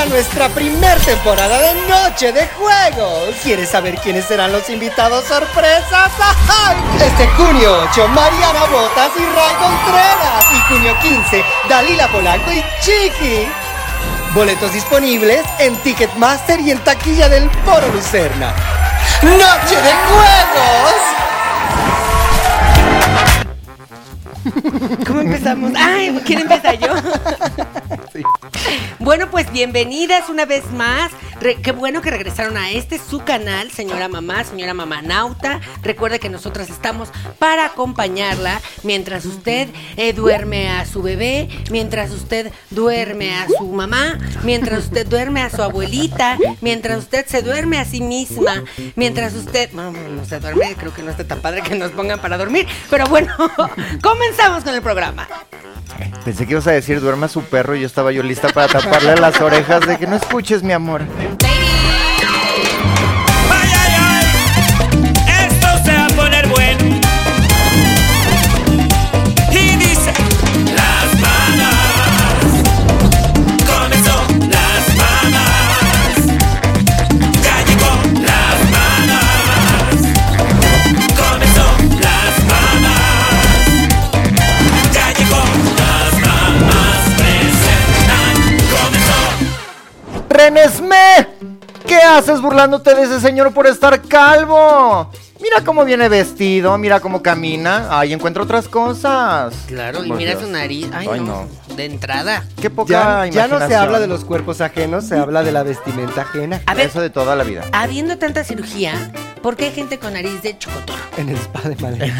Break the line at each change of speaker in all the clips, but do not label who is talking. a nuestra primer temporada de Noche de Juego. ¿Quieres saber quiénes serán los invitados sorpresas? ¡Ajá! Este junio 8, Mariana Botas y Ray Contreras. Y junio 15, Dalila Polanco y Chiqui. Boletos disponibles en Ticketmaster y en taquilla del Foro Lucerna. ¡Noche de Juegos!
¿Cómo empezamos? Ay, ¿quién empieza yo? Bueno, pues bienvenidas una vez más. Re- qué bueno que regresaron a este su canal, señora mamá, señora mamá nauta. Recuerde que nosotras estamos para acompañarla mientras usted eh, duerme a su bebé, mientras usted duerme a su mamá, mientras usted duerme a su abuelita, mientras usted se duerme a sí misma, mientras usted, bueno, no se duerme, creo que no está tan padre que nos pongan para dormir, pero bueno, comenzamos con el programa.
Pensé que ibas a decir duerme a su perro y yo estaba yo lista para taparle las orejas de que no escuches, mi amor.
¡Ay, ay, ay! Esto se va a poner bueno. Y dice: Las manas. Comenzó las manas. Ya llegó las manas. Comenzó las manas. Ya llegó las manas. Presentan. Comenzó.
¡Renesme! ¿Qué haces burlándote de ese señor por estar calvo? Mira cómo viene vestido, mira cómo camina. Ay, encuentro otras cosas.
Claro, y
Por
mira
Dios.
su nariz. Ay,
Ay,
no. De entrada.
Qué poca
Ya, ya no se
imaginación.
habla de los cuerpos ajenos, se habla de la vestimenta ajena.
A ver,
Eso de toda la vida.
habiendo tanta cirugía, ¿por qué hay gente con nariz de chocotorro?
En el spa de Madrid.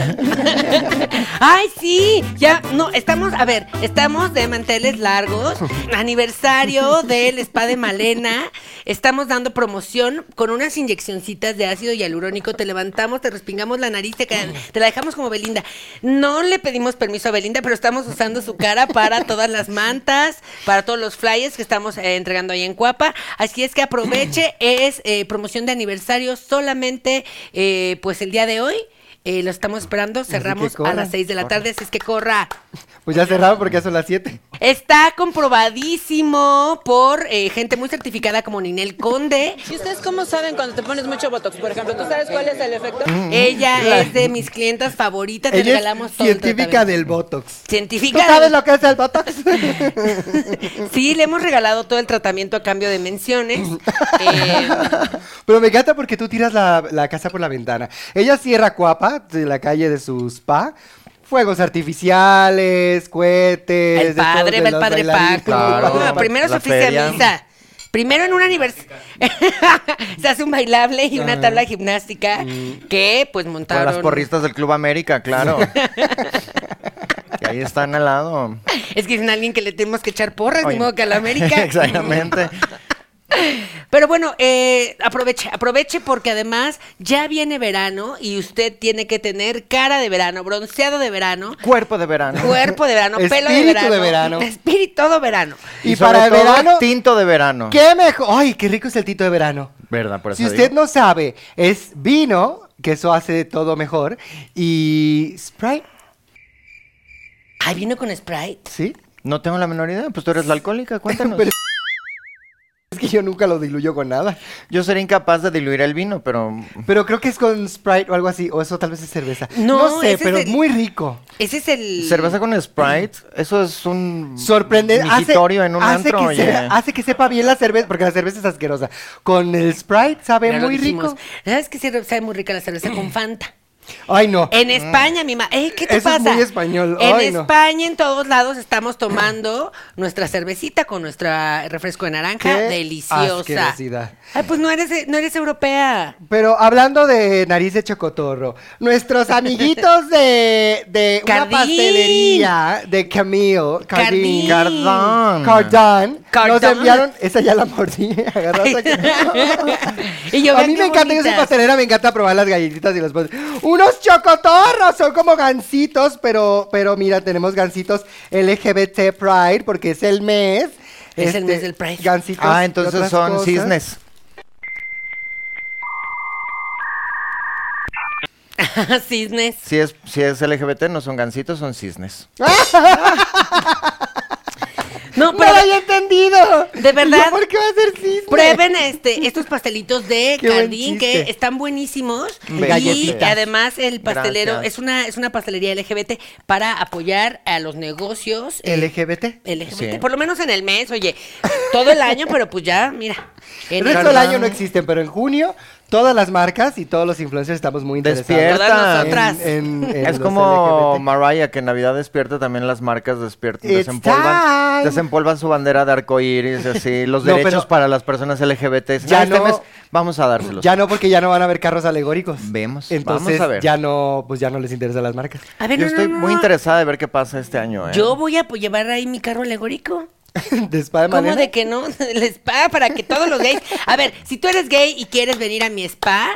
Ay, sí, ya, no, estamos, a ver, estamos de manteles largos, aniversario del spa de Malena, estamos dando promoción con unas inyeccioncitas de ácido hialurónico, te levantamos, te respingamos la nariz, te, ca- te la dejamos como Belinda. No le pedimos permiso a Belinda, pero estamos usando su cara para todas las mantas, para todos los flyers que estamos eh, entregando ahí en Cuapa, así es que aproveche, es eh, promoción de aniversario solamente, eh, pues el día de hoy. Eh, lo estamos esperando, cerramos a
corra.
las 6 de la tarde, así es que corra.
Pues ya cerraron porque ya son las 7.
Está comprobadísimo por eh, gente muy certificada como Ninel Conde.
¿Y ustedes cómo saben cuando te pones mucho botox? Por ejemplo, ¿tú sabes cuál es el efecto?
Ella es de mis clientas favoritas, te
Mm-hmm. Ella
regalamos
es
todo el
científica
tratamiento.
del Botox. ¿Tú
Científica.
sabes
del-
lo que es el Botox?
Sí, le hemos regalado todo el tratamiento a cambio de menciones. Eh,
Mm-hmm. Pero me encanta porque tú tiras la, la casa por la ventana. Ella cierra Cuapa, de la calle de su spa. Fuegos artificiales, cohetes.
el
Eh, de todos, de
padre, va el
los
padre
bailarines.
Paco.
Claro.
No, primero se
La feria.
oficializa. Primero en un aniversario se hace un bailable y
Ah.
una tabla de gimnástica
Mm.
que pues
Con
montaron.
las porristas del Club América, claro. y ahí están al lado.
Es que es alguien que le tenemos que echar porras, de
Oye,
modo que a la América.
Exactamente.
Pero bueno, eh, aproveche, aproveche porque además ya viene verano y usted tiene que tener cara de verano, bronceado de verano,
Cuerpo de verano.
cuerpo de verano, pelo de
Espíritu
verano,
de verano.
espíritu todo verano.
Y,
sobre
para el
todo,
verano,
Tinto de verano.
¿qué mejor? ¡Ay, qué rico es el tito de verano!
¿Verdad? Por eso
Si usted
digo.
no sabe, es vino, que eso hace todo mejor, y Sprite,
Ay, vino con Sprite.
¿sí?
No tengo la menor idea, pues tú eres la alcohólica, cuéntanos.
Pero- Es que yo nunca lo diluyo con nada.
Yo sería incapaz de diluir el vino, pero
Pero creo que es con Sprite o algo así, o eso tal vez es cerveza.
No,
No, sé,
ese
pero
es el-
muy rico.
Ese es el...
cerveza con Sprite, eso es un
Sorprendente. Hace,
migitorio en un
hace
antro,
que
oye.
se- hace que sepa bien la cerveza, porque la cerveza es asquerosa. Con el Sprite sabe
ya lo
muy
dijimos.
rico.
¿Sabes que sí sabe muy rica la cerveza con Fanta?
Ay, no.
En España, mi mamá. ¿Qué te
Mm. Eso es
pasa?
muy español.
En
Ay, no.
España, en todos lados, estamos tomando nuestra cervecita con nuestra refresco de naranja.
Qué
Deliciosa.
asquerosidad.
Ay, pues no eres, no eres europea.
Pero hablando de nariz de chocotorro, nuestros amiguitos de, de una
Cardín.
pastelería de Camille, Cardín,
Cardín.
Cardón.
Cardán, nos
Cardán.
enviaron, esa ya la mordí, agarraste aquí.
Y yo,
a
vean
mí
qué
me encanta, yo soy
bonitas.
pastelera, me encanta probar las galletitas y los postres. Unos chocotorros, son como gansitos, pero, pero mira, tenemos gansitos LGBT Pride porque es el mes.
Es el mes del Pride.
Gansitos.
Ah,
de
entonces
otras
son
cosas.
cisnes.
Cisnes.
Si es, si es LGBT, no son gansitos, son cisnes.
No, No, pero
lo había entendido.
De verdad.
¿Yo ¿Por qué va a ser cisne?
Prueben este, estos pastelitos de
Qué buen
Cardín que
chiste.
están buenísimos.
Mm,
Y
Ve. Galletitas.
además el pastelero
Gracias.
es una, es una pastelería LGBT para apoyar a los negocios. eh,
LGBT.
LGBT,
Sí.
por lo menos en el mes, oye, todo el año, pero pues ya, mira. en
El
el-
resto del año no existen, pero en junio todas las marcas y todos los influencers estamos muy interesados.
Todas
Despierta.
nosotras.
En- en- en
Es
los
como
LGBT.
Mariah que en Navidad despierta también las marcas despiertan,
It's
desempolvan,
time.
desempolvan su bandera de arcoíris, así los
No,
derechos
pero-
para las personas LGBT.
Ya
Ya este
no-
mes vamos a dárselos.
Ya no, porque ya no van a haber carros alegóricos.
Vemos,
Entonces,
vamos a ver.
ya no, pues ya no les interesan las marcas.
A ver,
Yo
no, no,
estoy
no,
muy
no.
interesada de ver qué pasa este año. ¿eh?
Yo voy a pues, llevar ahí mi carro alegórico.
de ¿eh? espada de
¿Cómo
Malena.
¿eh?
de que no? El spa para que todos los gays. A ver, si tú eres gay y quieres venir a mi spa,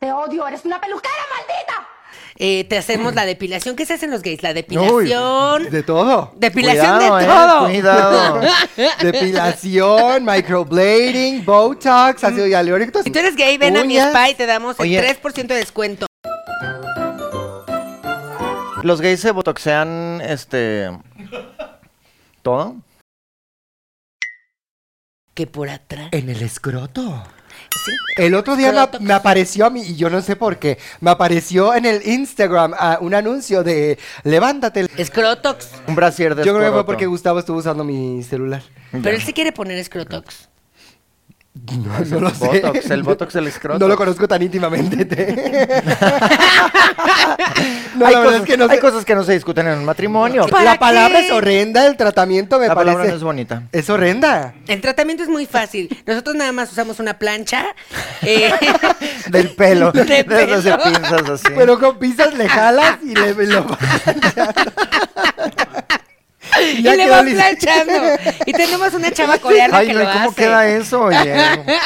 Te odio, eres una peluquera maldita.
eh, te hacemos la depilación. ¿Qué se hacen los gays? La depilación.
De todo.
Depilación
Cuidado,
de
eh,
todo.
cuidado.
Depilación, microblading, botox, ácido hialurónico.
Si tú eres gay, ven a mi
uñas.
spa y te damos el
Oye.
3% de descuento.
Los gays se botoxean, este, todo.
Que por atrás.
En el escroto.
Sí.
El otro día me, ap-
Escroto.
me apareció a mí, y yo no sé por qué, me apareció en el Instagram ah, un anuncio de levántate.
Eh.
Escrotox.
Un brasier de
Yo creo que fue
escoroto.
porque Gustavo estuvo usando mi celular.
Pero él se quiere poner escrotox.
No, no lo sé.
Botox, el botox, el escroto.
No lo conozco tan íntimamente. no,
hay,
la verdad
cosas,
es que no
hay
sé.
cosas que no se discuten en un matrimonio.
¿Para
La palabra
qué?
es horrenda, el tratamiento me
La
parece.
palabra no es bonita.
Es horrenda.
El tratamiento es muy fácil. Nosotros nada más usamos una plancha. eh,
Del pelo.
De
De esas de
pelo.
pinzas así.
Pero con pinzas le jalas y le y lo
y
ya
le
quedó
va
listo.
planchando. Y tenemos una chava coreana
Ay,
que
no, ¿y
lo
¿cómo
hace.
queda eso? Oye?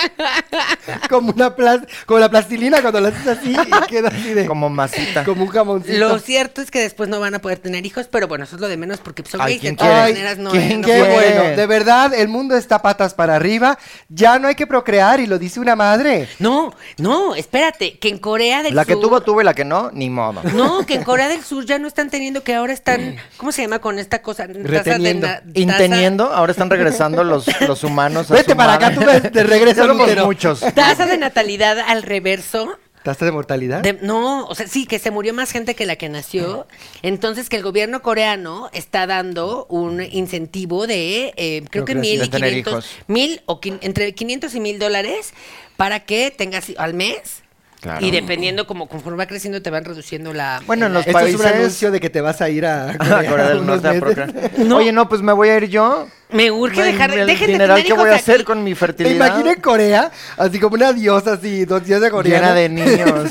como una plas- como la plastilina cuando la haces así y queda así de
Como masita.
como un jamoncito.
Lo cierto es que después no van a poder tener hijos, pero bueno, eso es lo de menos porque pues, son
Ay,
gays. De
¿quién
todas
quiere?
maneras, no,
¿Quién
no
Qué
quiere?
pueden.
bueno, de verdad, el mundo está patas para arriba, ya no hay que procrear y lo dice una madre.
No, no, espérate, que en Corea del
La que
Sur-
tuvo, tuve, la que no, ni modo.
No, que en Corea del Sur ya no están teniendo, que ahora están, ¿cómo se llama con esta cosa? Tasa de
Reteniendo.
na- tasa-
Inteniendo, ahora están regresando los, los humanos a
Vete
su
para acá,
madre.
tú ves, te regreso
Ya
al
somos
útero.
muchos.
Tasa de natalidad al reverso.
¿Tasa de
¿Ah?
mortalidad?
De- no, o sea, sí, que se murió más gente que la que nació. Entonces, que el gobierno coreano está dando un incentivo de, eh, creo que
Procreación.
mil
De
y
tener
quinientos,
hijos.
mil o quin- entre 500 y mil dólares para que tengas al mes.
Claro.
Y dependiendo, como conforme va creciendo, te van reduciendo la...
Bueno, en los
Esto es un
países...
anuncio de que te vas a ir a
Ah, Corea del
unos
Norte a
meses.
procrear. Oye, no, pues me voy a ir yo.
Me urge
Ay,
dejar...
el
Dejen de
dineral
tener
que voy a
hijos
hacer
aquí.
con mi
Me
fertilidad.
imagino en Corea, así como una diosa, así, dos diosas coreanas.
Llena de niños,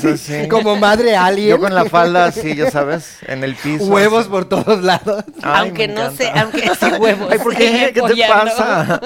Sí,
así.
Como madre alien.
Yo con la falda así, ya sabes, en el piso.
Huevos
así.
por todos lados.
Ay,
aunque
me
no sé,
encanta.
aunque sí, huevos.
Ay, ¿por qué? ¿Qué te
apoyando.
pasa?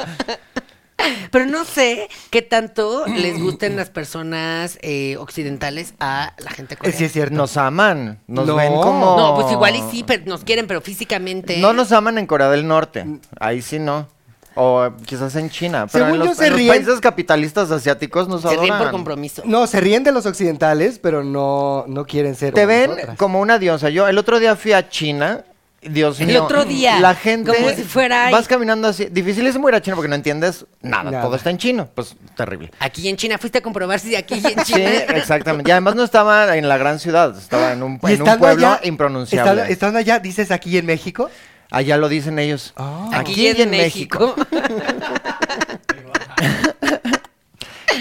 Pero no sé qué tanto les gusten las personas eh, occidentales a la gente
Eh,
coreana.
Sí, es cierto.
Nos aman, nos
No.
ven como...
No, pues igual y sí, ¿eh? pero nos quieren, pero físicamente.
Oh. No nos aman en Corea del Norte, ahí sí no. O quizás en China, pero
Según
en, los,
yo se
en los
ríen-
países capitalistas asiáticos nos
se ríen
adoran.
por compromiso.
No, se ríen de los occidentales, pero no, no quieren ser.
Te
como
ven
nosotras.
como una diosa. Yo el otro día fui a China. Dios
El
mío.
otro día,
La gente.
como si fuera ahí.
Vas caminando así. Dificilísimo ir a China porque no entiendes nada.
Nada.
Todo está en chino. Pues terrible.
Aquí en China fuiste a comprobar si aquí y en
Sí,
China.
exactamente. Y además no estaba en la gran ciudad. Estaba en un,
Y
en un
estando
pueblo
allá-
impronunciable.
estando- Estando allá, dices aquí en México.
Allá lo dicen ellos.
Ah.
Aquí, y en, México.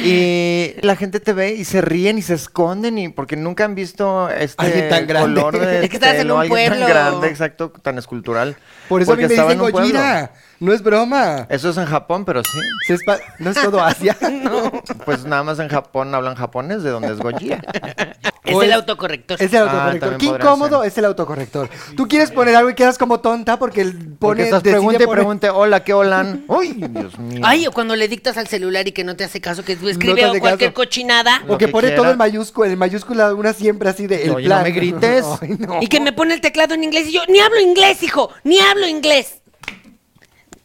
Y la gente te ve y se ríen y se esconden y porque nunca han visto este
Alguien tan grande.
color de
Es que estabas en
pelo,
un
alguien
pueblo.
tan grande, exacto, tan escultural.
Por eso
Porque
a mí me
estaba
dicen
en un pueblo.
Gojira. No es broma.
Eso es en Japón, pero sí.
Se es pa- No es todo Asia.
Pues nada más en Japón hablan japonés, de donde es Gojira.
es
O
el
es-
autocorrector.
Es el
Ah,
autocorrector.
también
Qué
podría
incómodo
ser.
es el autocorrector. Tú quieres poner algo y quedas como tonta porque él pone.
Porque estás
decide
pregunte y
poner-
pregunte, hola, ¿qué holan? Uy, Dios mío.
Ay, o cuando le dictas al celular y que no te hace caso, que tú escribe
te
o
hace
cualquier
caso.
cochinada.
O
Lo
que,
que
pone todo
quiera.
en mayúscula, en mayúscula una siempre así de el
Oye, no
plan.
me grites.
Ay, no.
Y que me pone el teclado en inglés y yo, ni hablo inglés, hijo, ni hablo inglés.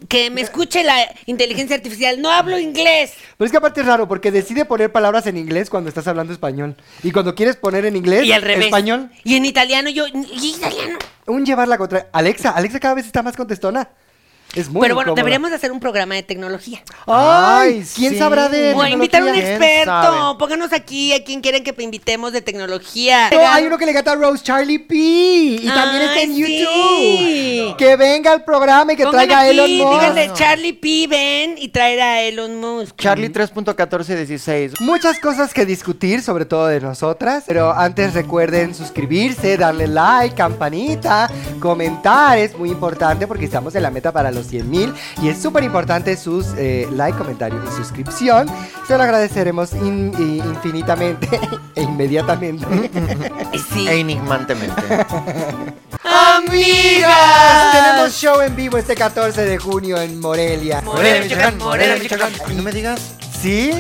Que me escuche la inteligencia artificial, no hablo inglés.
Pero es que aparte es raro porque decide poner palabras en inglés cuando estás hablando español. Y cuando quieres poner en inglés
Y al revés.
español,
Y en italiano yo, y italiano.
un llevar la contra. Alexa, Alexa cada vez está más contestona.
Es muy
Pero bueno,
incómoda.
deberíamos hacer un programa de tecnología.
Ay,
Ay, ¿quién
sí.
sabrá de
O
tecnología,
a invitar a un
¿quién sabe?
experto. Pónganos aquí a quien quieren que invitemos de tecnología.
No, hay uno que le canta a Rose Charlie P. Y también está
Ay,
en
sí.
YouTube. Que venga al programa y que
Pongan
traiga a
aquí,
Elon Musk.
Díganle, Charlie P, ven y traer a Elon Musk.
Charlie 3.1416.
Muchas cosas que discutir, sobre todo de nosotras, pero antes recuerden suscribirse, darle like, campanita, comentar, es muy importante porque estamos en la meta para los 100 mil y es súper importante sus eh, like, comentario y suscripción. Se lo agradeceremos in- i- infinitamente e inmediatamente.
Sí.
E enigmantemente.
¡Amigas! Tenemos show en vivo este 14 de junio en Morelia.
Morena, Michoacán, Morena, Michoacán.
Ay, No me digas.
¿Sí?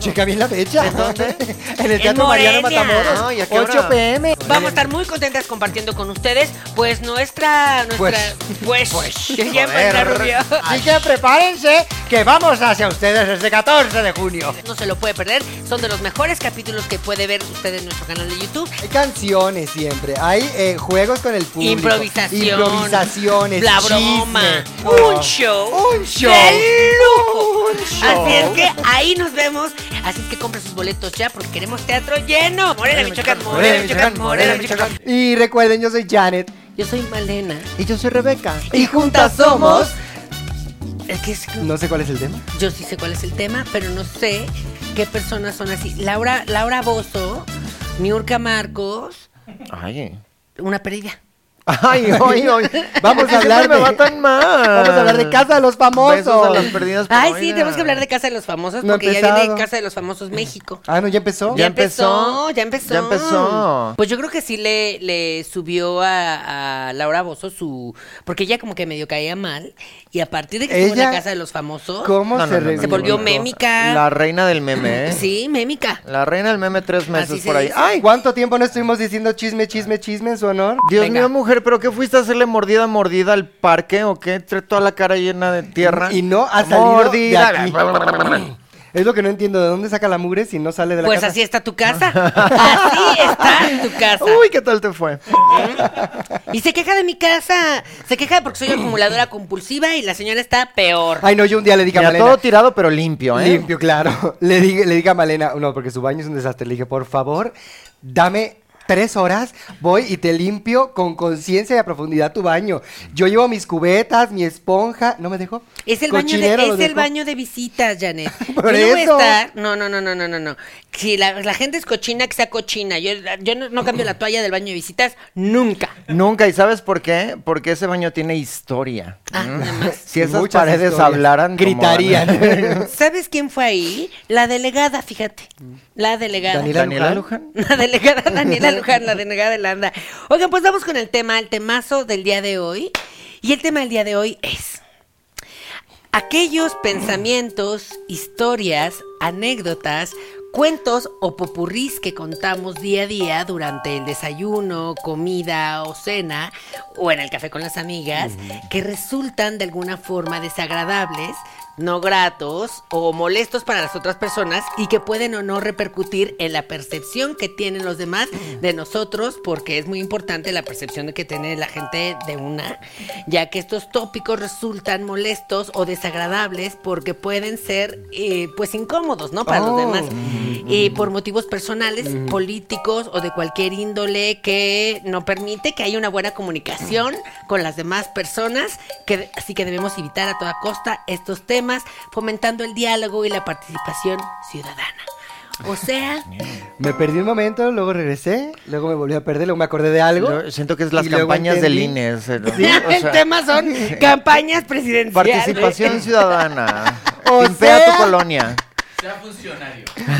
Checa bien la fecha.
¿En dónde?
En el
En
Teatro Mariano
Morelia.
Matamoros.
Ay, ¿a qué hora?
8 pm.
Vamos a estar muy contentas compartiendo con ustedes, pues nuestra, nuestra, pues, que ya fue Andrea Rubio.
Así que prepárense que vamos hacia ustedes este 14 de junio.
No se lo puede perder, son de los mejores capítulos que puede ver usted en nuestro canal de YouTube.
Hay canciones siempre, hay eh, juegos con el público.
Improvisación.
Improvisaciones.
La
chisme.
broma.
Oh,
Un show.
Un show.
de lujo.
Un show.
Así es que ahí nos vemos. Así es que compre sus boletos ya porque queremos teatro lleno. Morena, Michoacán, Morena, Michoacán, Morena, Michoacán.
Y recuerden, yo soy Janet.
Yo soy Malena.
Y yo soy Rebeca.
Y juntas somos- Es que es-
No sé cuál es el tema.
yo sí sé cuál es el tema, pero no sé qué personas son así. Laura, Laura Bozo, Niurka Marcos,
Ay.
una pérdida.
Ay, ay, ay.
Vamos a hablar
Siempre
de-
me va tan mal.
Vamos a hablar de Casa de los Famosos.
Besos a las perdidas. por
Ay, sí,
fuera.
tenemos que hablar de Casa de los Famosos
No ha
porque ya
empezado.
viene Casa de los Famosos México.
Ah, no, ya empezó.
Ya empezó.
ya empezó.
Ya empezó.
Pues yo creo que sí le, le subió a, a Laura Bozo su. Porque ella como que medio caía mal. Y a partir de que estuvo en la
Ella-
Casa de los Famosos.
¿Cómo
No, no,
se
no, no,
Se
no,
volvió
no.
mémica.
La reina del meme, ¿eh?
Sí, mémica.
La reina del meme tres meses
Así se
por ahí. ¡Ah!
dice.
Ay, ¿cuánto tiempo no estuvimos diciendo chisme, chisme, chisme en su honor?
Dios
Venga.
mío, mujer, ¿pero qué fuiste a hacerle mordida, mordida al parque o qué? Trae toda la cara llena de tierra.
Y no ha salido
Mordida.
de aquí. Es lo que no entiendo, ¿de dónde saca la mugre si no sale de la
Pues
casa? Ah.
así está tu casa. Así está tu casa.
Uy, ¿qué tal te fue?
Y se queja de mi casa. Se queja porque soy acumuladora compulsiva y la señora está peor.
Ay, no, yo un día le dije a
Mira,
Malena.
todo tirado, pero limpio, ¿eh?
Limpio, claro. Le dije, le dije a Malena, no, porque su baño es un desastre. Le dije, por favor, dame tres horas, voy y te limpio con conciencia y a profundidad tu baño. Yo llevo mis cubetas, mi esponja. ¿No me dejó?
Es el baño de,
Cochinero lo
es el
dejó.
baño de visitas, Janet.
Por
yo no voy a
eso.
estar. No, no, no, no, no, no, no. Si la, la gente es cochina, que sea cochina. Yo, yo no, no cambio la toalla del baño de visitas nunca.
Nunca, ¿y sabes por qué? Porque ese baño tiene historia.
Ah,
¿Mm?
nada más.
Si esas
Muchas
paredes
historias.
hablaran, como
Gritarían.
¿Sabes quién fue ahí? La delegada, fíjate. La delegada.
Daniela
Daniela
Luján.
Luján.
La delegada Daniela Luján, la delegada de la ANDA. Oigan, pues vamos con el tema, el temazo del día de hoy. Y el tema del día de hoy es aquellos pensamientos, historias, anécdotas, cuentos o popurrís que contamos día a día durante el desayuno, comida o cena o en el café con las amigas que resultan de alguna forma desagradables, no gratos o molestos para las otras personas y que pueden o no repercutir en la percepción que tienen los demás de nosotros, porque es muy importante la percepción de que tiene la gente de una, ya que estos tópicos resultan molestos o desagradables porque pueden ser eh, pues incómodos, ¿no? Para
Oh.
los demás. Y por motivos personales, políticos o de cualquier índole que no permite que haya una buena comunicación con las demás personas, que, así que debemos evitar a toda costa estos temas, fomentando el diálogo y la participación ciudadana. O sea,
Me perdí un momento, luego regresé, luego me volví a perder, luego me acordé de algo.
Yo siento que es las
y luego
campañas del
entendí.
INE. ese, ¿no? O
el
sea,
tema son campañas presidenciales.
participación ciudadana.
O
Pimpea
sea-
tu colonia.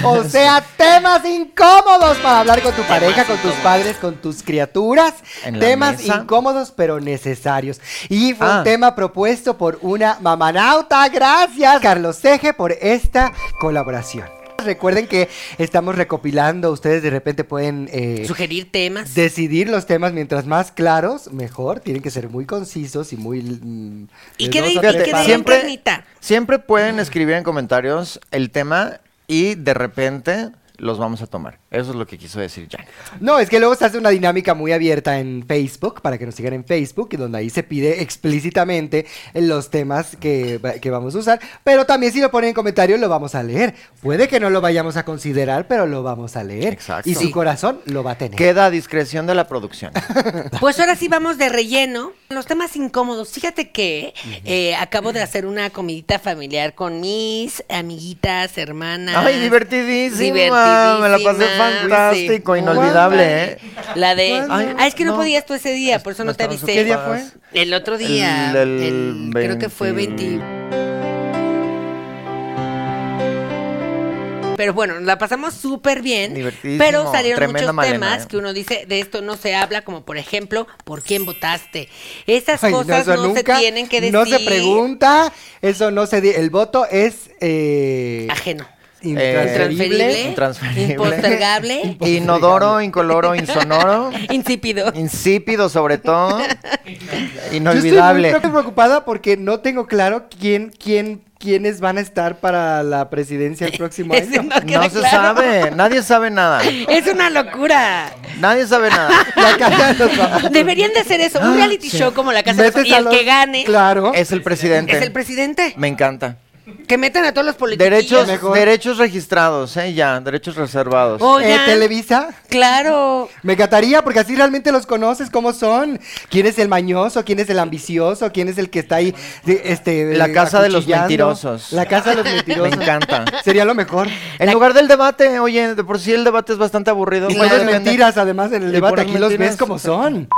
O sea, temas incómodos para hablar con tu pareja, con tus padres, con tus criaturas.
En la
Temas
mesa.
incómodos pero necesarios. Y fue
Ah.
un tema propuesto por una mamanauta. Gracias, Carlos Ceje, por esta colaboración. Recuerden que estamos recopilando, ustedes de repente pueden eh,
Sugerir temas.
decidir los temas mientras más claros, mejor. Tienen que ser muy concisos y muy... mm,
Y
les
que
vamos
de-
a
y que de-
preparar.
siempre,
incógnita.
siempre pueden escribir en comentarios el tema y de repente los vamos a tomar. Eso es lo que quiso decir Jan.
No, es que luego se hace una dinámica muy abierta en Facebook, para que nos sigan en Facebook, y donde ahí se pide explícitamente los temas que, va- que vamos a usar, pero también si lo ponen en comentarios lo vamos a leer. Puede que no lo vayamos a considerar, pero lo vamos a leer.
Exacto.
Y su
Sí.
corazón lo va a tener.
Queda a discreción de la producción.
Pues ahora sí vamos de relleno. Los temas incómodos. Fíjate que eh, acabo de hacer una comidita familiar con mis amiguitas, hermanas.
Ay, divertidísima. Me la pasé
Divertidísima.
fantástico, inolvidable, ¿eh?
La de.
Ay,
ah, es que no,
no.
podías tú ese día, por eso no te
estábamos-
avisé.
¿Qué día fue?
El otro día.
El- el
el- creo que fue
20.
20. Pero bueno, la pasamos súper bien.
Divertidísimo,
Pero salieron
tremenda
muchos
Malena,
temas
¿eh?
que uno dice, de esto no se habla, como por ejemplo, ¿por quién votaste? Esas
Ay,
cosas
eso
no, se tienen que decir.
No se pregunta, eso no se di- El voto es eh,
Ajeno.
intransferible.
Intransferible.
Intransferible.
Impostergable.
Inodoro, incoloro, insonoro.
Insípido.
Insípido, sobre todo.
Yo
Inolvidable.
estoy muy preocupada porque no tengo claro quién, quién, quiénes van a estar para la presidencia el próximo
Ese
año.
no queda
No se
claro.
sabe. Nadie sabe nada.
Es una locura.
Nadie sabe nada.
La casa de los famosos.
Deberían de hacer eso, un reality
Ah,
show como la casa de los
Ah, Metes
y
a
el
los-
que gane
Claro. Eh,
Es el presidente.
es el presidente.
Me encanta.
Que metan a todos los políticos.
Derechos,
mejor.
derechos registrados, ¿eh? Ya, derechos reservados.
Oh,
Eh,
ya.
Televisa.
Claro.
Me encantaría porque así realmente los conoces cómo son. ¿Quién es el mañoso? ¿Quién es el ambicioso? ¿Quién es el que está ahí? de- Este,
La
eh,
casa de los
acuchillando?
mentirosos.
La casa de los mentirosos.
Me encanta.
Sería lo mejor.
En lugar del debate, oye, de por sí el debate es bastante aburrido.
Y
Bueno,
puras
depende-
mentiras, además, en el
Y
debate
puras
aquí los ves
mentiras.
como son.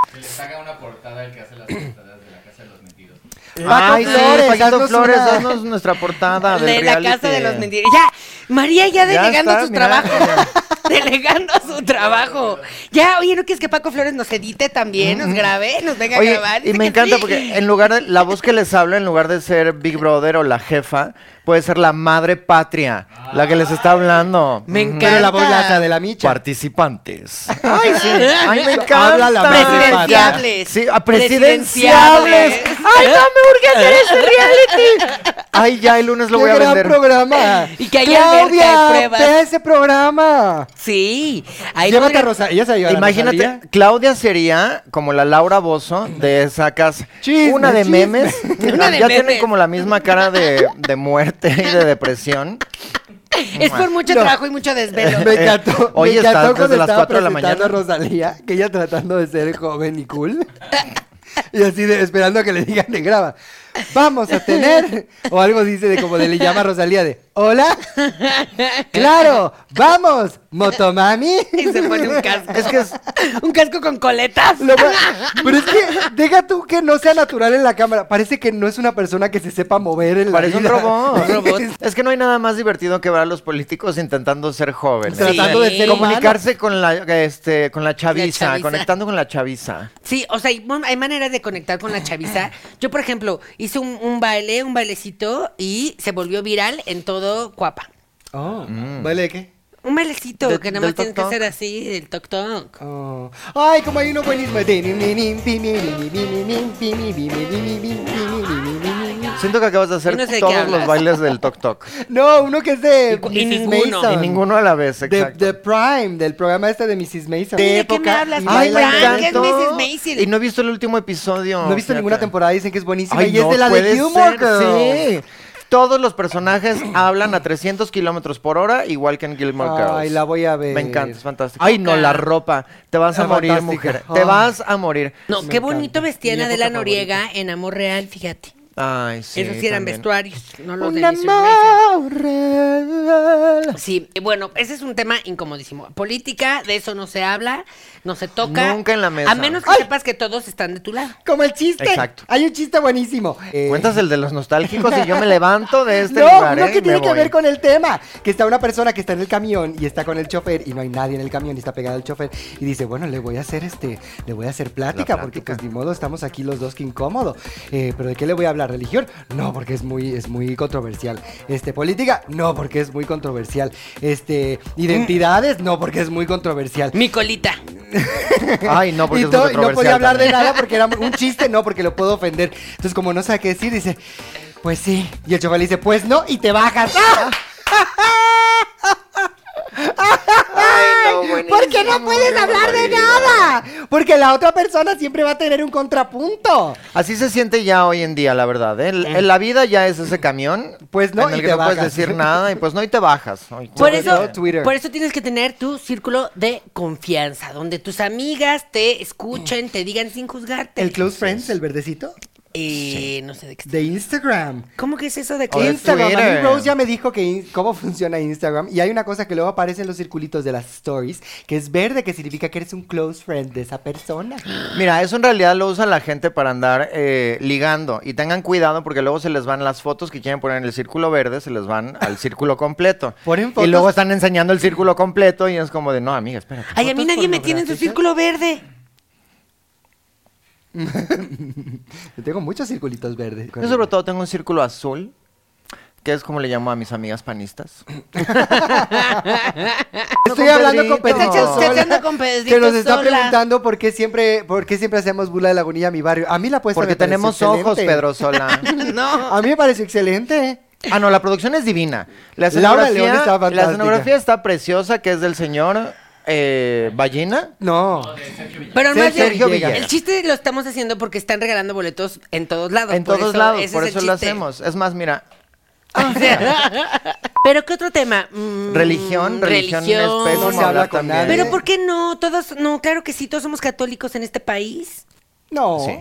Ay, sí,
Eh, Flores,
Paquito
haznos
Flores,
una-
haznos nuestra portada Ah, del
De la
reality.
casa de los mentirosos. Ya, María ya
Ya
delegando
está,
su
mira,
trabajo. delegando su trabajo. Ya, oye, ¿no quieres que Paco Flores nos edite también, nos grabe, nos venga a
Mm. Oye,
grabar?
y
Dice
me
que
encanta
sí.
porque en lugar de la voz que les habla, en lugar de ser Big Brother o la jefa, puede ser la madre patria, la que les está hablando.
Me
Ujú.
Pero la
encanta.
boilaza de la micha.
Participantes. Ay, sí. Ay, me encanta.
Habla la madre
Presidenciables.
Sí, a presidenciables. Ay, no me urge hacer ese reality. Ay, ya el lunes lo
¡Qué
voy a
gran
vender.
programa!
Y que haya alberca de
¡Claudia,
pruebas.
ve ese programa!
Sí. Ahí
Llévate a
podría-
Rosa, ella se lleva a la
Imagínate,
Rosalía.
Claudia sería como la Laura Bozo de esa casa.
Chisme,
una de
chisme.
memes.
Una de memes.
ya tienen como la misma cara de, de muerte y de depresión.
Es por mucho
No.
trabajo y mucho desvelo.
Me encantó.
Eh, Hoy
me
está
encantó
desde
cuando
las
estaba
4 de la
presentando
mañana.
a Rosalía, que ella tratando de ser joven y cool. Y así de- esperando a que le digan de graba. Vamos a tener. O algo dice de como de le llama a Rosalía de hola. Claro, vamos, motomami.
Y se pone un casco.
Es que es-
un casco con coletas.
Lo va- Pero es que deja tú que no sea natural en la cámara. Parece que no es una persona que se sepa mover en la
Parece un
vida.
robot. Es que no hay nada más divertido que ver a los políticos intentando ser jóvenes.
Tratando de ser
Comunicarse con la, este, con la chaviza,
chaviza.
conectando con la chaviza.
Sí, o sea, hay, mon- hay maneras de conectar con la chaviza. Yo, por ejemplo, hice un, un baile, un bailecito y se volvió viral en todo Cuapa.
humano. Oh,
Mm.
¿Vale qué?
Un bailecito
De-
que nada
del
más tienes que
toc-toc.
hacer así, del toc toc.
Oh. Ay, como hay uno buenísimo. No,
Siento que acabas de hacer
Yo no sé de qué
todos
hablas.
los bailes del Tok Tok.
uno que es de
Y cu- y
Mrs.
ninguno.
Mason.
Y ninguno a la vez,
De,
exacto.
de Prime, del programa este de Mrs. Mason.
¿De qué me hablas?
Ay,
Ay,
Ay,
me
Frank, es
encantó.
Mrs. Maisel.
Y no he visto el último episodio.
No he visto ninguna
fíjate.
temporada, dicen que es buenísima.
Ay,
y es
no
de la
puede
de Humor
ser,
Girls.
sí. Todos los personajes hablan a 300 kilómetros por hora, igual que en Gilmore Girls.
Ay, la voy a ver.
Me encanta, es fantástico. Ay, no, la ropa. Te vas a
Ah,
morir,
fantástica.
mujer.
Ay.
Te vas a morir.
No,
Me
qué
encanta.
bonito vestían
Mi
Adela
época
Noriega en Amor Real, fíjate.
Ay, sí.
Esos sí eran
también.
vestuarios, no los
Un
de Mrs. Maisel.
amor real.
Sí, y bueno, ese es un tema incomodísimo. Política, de eso no se habla, no se toca.
Nunca en la mesa.
A menos que
Ay.
sepas que todos están de tu lado.
Como el chiste.
Exacto.
Hay un chiste buenísimo. Eh,
Cuentas el de los nostálgicos y yo me levanto de este
no,
lugar.
no
¿eh?
que
Y me
tiene que
voy.
ver con el tema. Que está una persona que está en el camión y está con el chofer y no hay nadie en el camión y está pegado al chofer y dice, bueno, le voy a hacer este, le voy a hacer plática,
plática.
porque pues ni modo estamos aquí los dos que incómodo. Eh, Pero de qué le voy a hablar, religión? No, porque es muy, es muy controversial. Este, política, no, porque es muy controversial. Este, identidades, no, porque es muy controversial.
Mi colita.
Ay, no, porque
Y
es muy
todo- y no podía
controversial
hablar de
también.
nada porque era un chiste, no, porque lo puedo ofender. Entonces, como no sabe qué decir, dice, pues sí. Y el chaval dice, pues no, y te bajas. ¡Ah! que no puedes hablar de nada. Porque la otra persona siempre va a tener un contrapunto.
Así se siente ya hoy en día, la verdad. ¿eh? El- el- La vida ya es ese camión.
Pues no,
en el
y
que
te
no puedes
bajas.
decir nada y pues no, y te bajas. Ay,
Por
qué
eso,
horror.
Twitter.
por eso tienes que tener tu círculo de confianza, donde tus amigas te escuchen, te digan sin juzgarte.
El Close Friends, el verdecito,
Eh, no sé de qué.
de Instagram.
¿Cómo que es eso de
O de
que
Instagram, a mí
Twitter.
Rose ya me dijo que in- cómo funciona Instagram y hay una cosa que luego aparece en los circulitos de las stories que es verde que significa que eres un close friend de esa persona.
Mira, eso en realidad lo usa la gente para andar eh, ligando. Y tengan cuidado porque luego se les van las fotos que quieren poner en el círculo verde, se les van al círculo completo.
Ponen
Y
fotos-
luego están enseñando el círculo completo y es como de, no, amiga, espérate.
Ay, a mí
¿Fotos
nadie me tiene en su
pornográficas?
círculo verde.
Yo tengo muchos circulitos verdes.
Yo sobre todo tengo un círculo azul, que es como le llamo a mis amigas panistas.
Pues Estoy hablando con Pedrito
Pedrito. Estás
Sola,
chateando con Pedrito
que nos está
Sola.
preguntando por qué siempre por qué siempre hacemos burla de Lagunilla mi barrio. A mí la puesta
Porque
me parece
tenemos
excelente.
ojos, Pedro Sola.
No.
A mí me pareció excelente.
Ah, no, la producción es divina. La
Laura
escenografía,
León está
la
fantástica.
escenografía está preciosa, que es del señor eh, Ballena.
No.
Pero más bien,
Sergio Villegas.
el chiste lo estamos haciendo porque están regalando boletos en todos lados.
En
por
todos
eso
lados,
ese
por
es el
eso lo
chiste.
hacemos. Es más, mira,
Pero ¿qué otro tema? Mm,
religión, religión, Eh.
religión.
es pésimo
No se habla
hablar
con
también.
nadie.
Pero ¿por qué no? Todos, no, claro que sí, todos somos católicos en este país.
No.
Sí.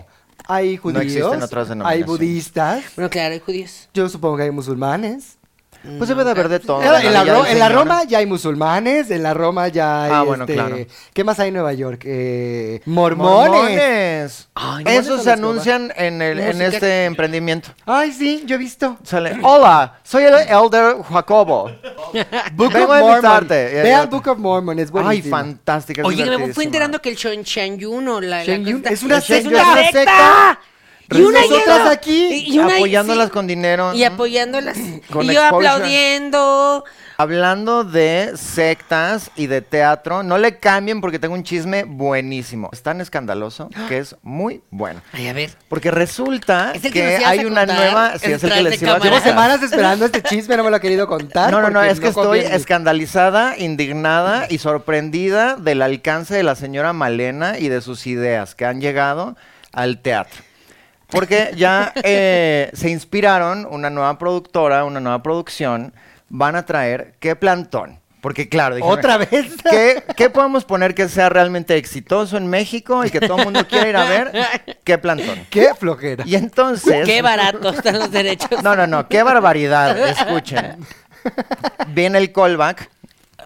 Hay judíos,
existen otras
hay
denominaciones.
budistas,
Bueno, claro, hay judíos.
yo supongo que hay musulmanes.
Pues debe de haber de todo.
Claro, en, la,
Maravilla
Ro-
del
en la
Señor.
Roma ya hay musulmanes, en la Roma ya hay.
Ah, bueno,
este,
claro.
¿Qué más hay en Nueva York? Eh,
Mormones.
mormones.
Ay,
mormones son
Esos se
los que
anuncian en, el, en
Música.
este emprendimiento.
Ay, sí, yo he visto.
Sale, hola, soy el elder Jacobo.
Book
Vengo a invitarte.
Mormon. Vean Book of Mormon, es
Ay,
buenísimo.
fantástica. es
Oye, me
divertidísima.
fui enterando que el Shon Shan Yun o la, la
Shenyun
cosa-
es una
es
secta,
una
es una
secta.
secta.
Y una
Nosotras
yendo-
aquí,
y- y una-
apoyándolas
sí,
con dinero.
Y apoyándolas.
Con
y yo
exposure.
aplaudiendo.
Hablando de sectas y de teatro, no le cambien porque tengo un chisme buenísimo. Es tan escandaloso que es muy bueno.
Ay, a ver.
Porque resulta
¿Es
que,
el que nos ibas
hay
a
una
contar
nueva... Sí, es el
detrás
que
de
les iba a
cámara?
Llevo
contar.
semanas esperando este chisme, no me lo he querido contar.
No, no, no,
porque
es que estoy
conviene.
escandalizada, indignada y sorprendida del alcance de la señora Malena y de sus ideas que han llegado al teatro. Porque ya eh, se inspiraron una nueva productora, una nueva producción, van a traer qué plantón. Porque claro, dijeron,
¿Otra vez?
¿qué, qué podemos poner que sea realmente exitoso en México y que todo el mundo quiera ir a ver? ¿Qué plantón?
Qué flojera.
Y entonces...
Qué barato están los derechos.
No, no, no, qué barbaridad, escuchen. Viene el callback,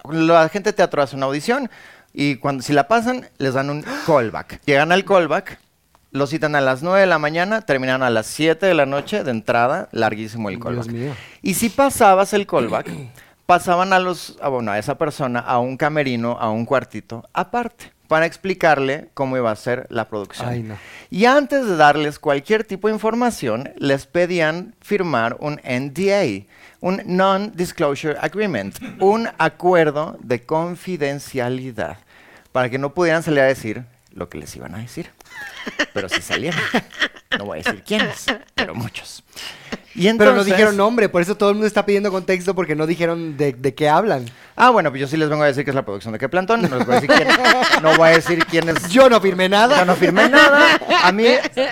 la gente de teatro hace una audición y cuando si la pasan les dan un callback. Llegan al callback, lo citan a las 9 de la mañana, terminan a las 7 de la noche de entrada, larguísimo el callback.
mío.
Y si pasabas el callback, pasaban a los a, bueno, a esa persona a un camerino, a un cuartito aparte para explicarle cómo iba a ser la producción.
Ay, no.
Y antes de darles cualquier tipo de información, les pedían firmar un NDA, un Non-Disclosure Agreement, un acuerdo de confidencialidad, para que no pudieran salir a decir lo que les iban a decir. Pero si salieron, no voy a decir quiénes, pero muchos. Y
Pero no
entonces-
dijeron nombre, por eso todo el mundo está pidiendo contexto porque no dijeron de, de qué hablan.
Ah, bueno, pues yo sí les vengo a decir que es la producción de qué plantón, no les voy a decir quién, no voy a decir quién es
Yo no firmé nada.
Yo no firmé nada. A mí,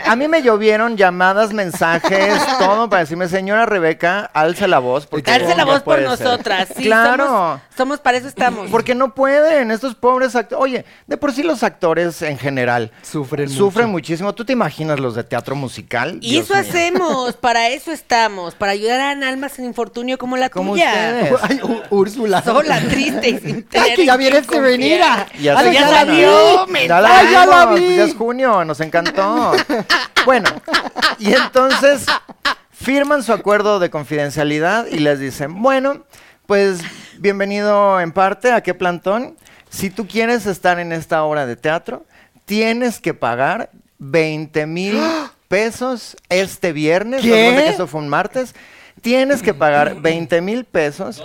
a mí me llovieron llamadas, mensajes, todo para decirme, señora Rebeca, alza la voz. Porque
Darse la
no
voz por
puede ser".
nosotras. Sí,
claro.
Somos, somos para eso estamos.
Porque no pueden, estos pobres actores. Oye, de por sí los actores en general
Sufren
sufren
mucho.
muchísimo. ¿Tú te imaginas los de teatro musical?
y
Dios
eso
mío.
hacemos, para eso estamos, para ayudar a almas en infortunio como la
Como
tuya.
ustedes.
Ay, Ú- Úrsula.
Sola, triste y sin tener
Ay, que ya
en
viene este
quién confiar.
Serenira.
Y así
Ay, ya
suena.
salió.
Ya la
Ay, ya la
vimos,
vi.
pues ya es junio, nos encantó. bueno, y entonces firman su acuerdo de confidencialidad y les dicen, bueno, pues bienvenido en parte a qué plantón. Si tú quieres estar en esta obra de teatro, tienes que pagar 20 mil pesos este viernes.
¿Qué?
Recuerda que eso fue un martes. Tienes que pagar 20 mil pesos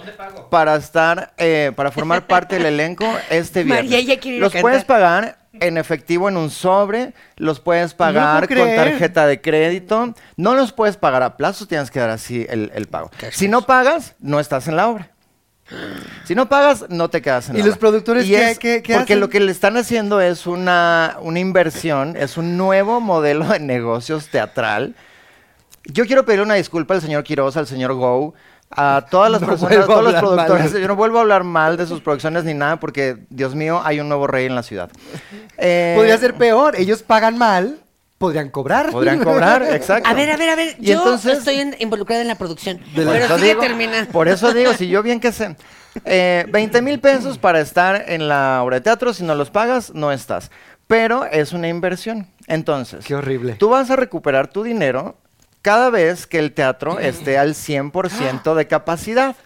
para estar, eh, para formar parte del elenco este viernes.
María ya quiere ir a
Los
cantar.
puedes pagar en efectivo en un sobre, los puedes pagar
puedo
con
creer.
tarjeta de crédito, no los puedes pagar a plazo, tienes que dar así el, el pago. Si no pagas, no estás en la obra. Si no pagas, no te quedas en
¿Y
nada.
los productores qué-
es-
qué- qué
Porque
hacen?
lo que le están haciendo es una, una inversión, es un nuevo modelo de negocios teatral. Yo quiero pedir una disculpa al señor Quiroz, al señor Go, a todas las
No
personas, a
vuelvo a
todos los
hablar mal.
productores. Yo no vuelvo a hablar mal de sus producciones ni nada porque, Dios mío, hay un nuevo rey en la ciudad. Eh,
Podría ser peor. Ellos pagan mal, podrían cobrar.
Podrían cobrar, exacto.
A ver, a ver, a ver.
Y
yo
entonces-
estoy en- involucrada en la producción.
De la-
pero
Por
sigue
eso digo-
terminando.
Por eso digo, si yo bien que sé. Eh, 20 mil pesos para estar en la obra de teatro, si no los pagas, no estás. Pero es una inversión. Entonces,
Qué horrible.
Tú vas a recuperar tu dinero cada vez que el teatro esté al 100% de capacidad.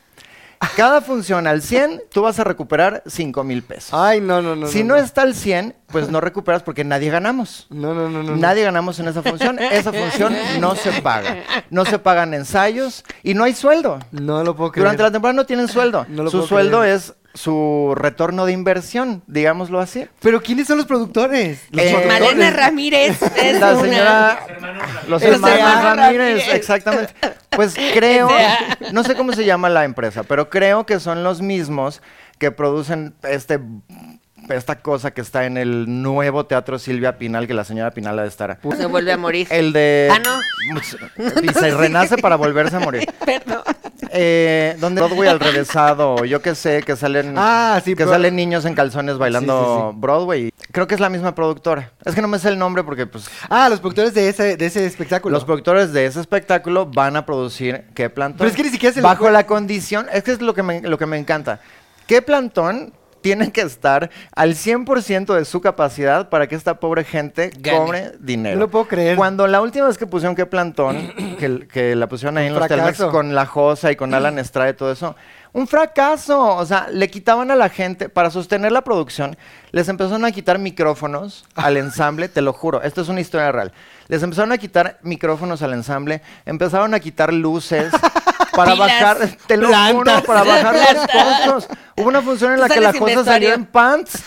Cada función al 100, tú vas a recuperar 5 mil pesos.
Ay, no, Ah, no, no.
si no, está al 100, pues no recuperas porque nadie ganamos.
No, no, no, no. no.
Nadie ganamos en esa función. Esa función no se paga. No se pagan ensayos y no hay sueldo.
No lo puedo creer.
Durante la temporada no tienen sueldo.
No lo
su
puedo
sueldo
creer.
es su retorno de inversión, digámoslo así.
Pero ¿quiénes son los productores? Los
Eh,
productores.
Malena Ramírez es
la
una-
señora los
Los
hermanos
hermanos
Ramírez,
Ramírez.
exactamente. Pues creo, no sé cómo se llama la empresa, pero creo que son los mismos que producen este esta cosa que está en el nuevo teatro Silvia Pinal, que la señora Pinal ha de estar.
Se vuelve a morir.
El de.
Ah, no.
Y se renace para volverse a morir.
Perdón.
Eh, donde Broadway al revésado, o yo que sé, que salen
Ah, sí,
que
pero-
salen niños en calzones bailando
Sí, sí,
Broadway. Creo que es la misma productora. Es que no me sé el nombre porque pues
Ah, los productores de ese, de ese espectáculo.
los productores de ese espectáculo van a producir qué plantón.
Pero es que ni siquiera se les
bajo
fue-
la condición, es que es lo que me, lo que me encanta. ¿Qué plantón tiene que estar al 100% de su capacidad para que esta pobre gente
Gane.
cobre dinero?
No lo puedo creer.
Cuando la última vez que pusieron qué plantón, que, que la pusieron ahí en los Telmex
fracaso.
con la Josa y con Alan Estrada y todo eso, un fracaso. O sea, le quitaban a la gente para sostener la producción, les empezaron a quitar micrófonos al ensamble, te lo juro, esto es una historia real. Les empezaron a quitar micrófonos al ensamble, empezaron a quitar luces para
Pilas.
bajar, te lo juro,
Plantas.
para bajar los costos. Hubo una función en la
Tú
que la
sales sin
Josa salió
vestuario.
en pants.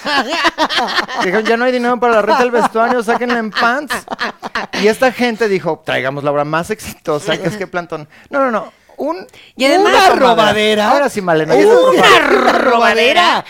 Dijeron, ya no hay dinero para la renta del vestuario, sáquenla en pants. Y esta gente dijo, traigamos la obra más exitosa, que es que plantón. No, no, no. Un,
Y además-
una
una
Ahora
robadera.
Ahora sí, Malena. ya no, por favor.
Una robadera.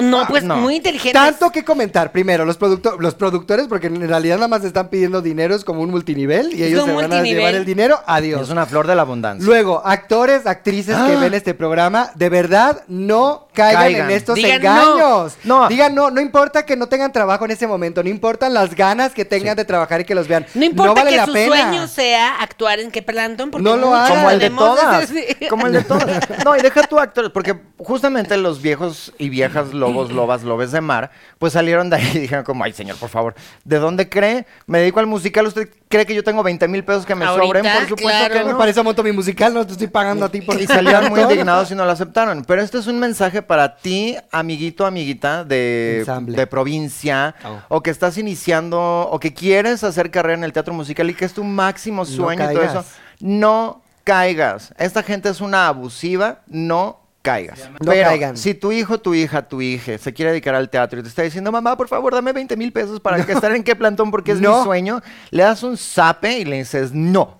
No, pues
no.
muy inteligente.
Tanto que comentar. Primero, los, producto- los productores, porque en realidad nada más están pidiendo dinero, es como un multinivel, y ellos
un
se van a
multinivel.
llevar el dinero. Adiós.
Es una flor de la abundancia.
Luego, actores, actrices que ven este programa, de verdad no caigan,
Caigan.
en estos
Digan
engaños.
no. No.
Digan no, no importa que no tengan trabajo en ese momento, no importan las ganas que tengan de trabajar y que los vean.
No importa
vale
que
la
su
pena.
sueño sea actuar en que Plantón, porque
No lo
muchos
hagan.
como el de
sabemos
todas.
ese-
Como el de todas. No, y deja tu actor, porque justamente los viejos y viejas lobos, lobas, lobes de mar, pues salieron de ahí y dijeron como, ay señor, por favor, ¿de dónde cree? Me dedico al musical, ¿usted cree que yo tengo 20 mil pesos que me
Ahorita,
sobren? Por supuesto
claro.
que
Me
no.
parece un monto mi musical, no te estoy pagando a ti por
Y salieron muy indignados y no lo aceptaron. Pero este es un mensaje para ti, amiguito, amiguita de,
Ensamble. Oh.
de provincia, o que estás iniciando, o que quieres hacer carrera en el teatro musical y que es tu máximo sueño y todo
caigas.
eso. No caigas. Esta gente es una abusiva, no caigas.
No
Pero
caigan.
si tu hijo, tu hija, tu hija se quiere dedicar al teatro y te está diciendo, mamá, por favor, dame 20 mil pesos para que estar en qué plantón porque es mi
No.
sueño, le das un zape y le dices, no.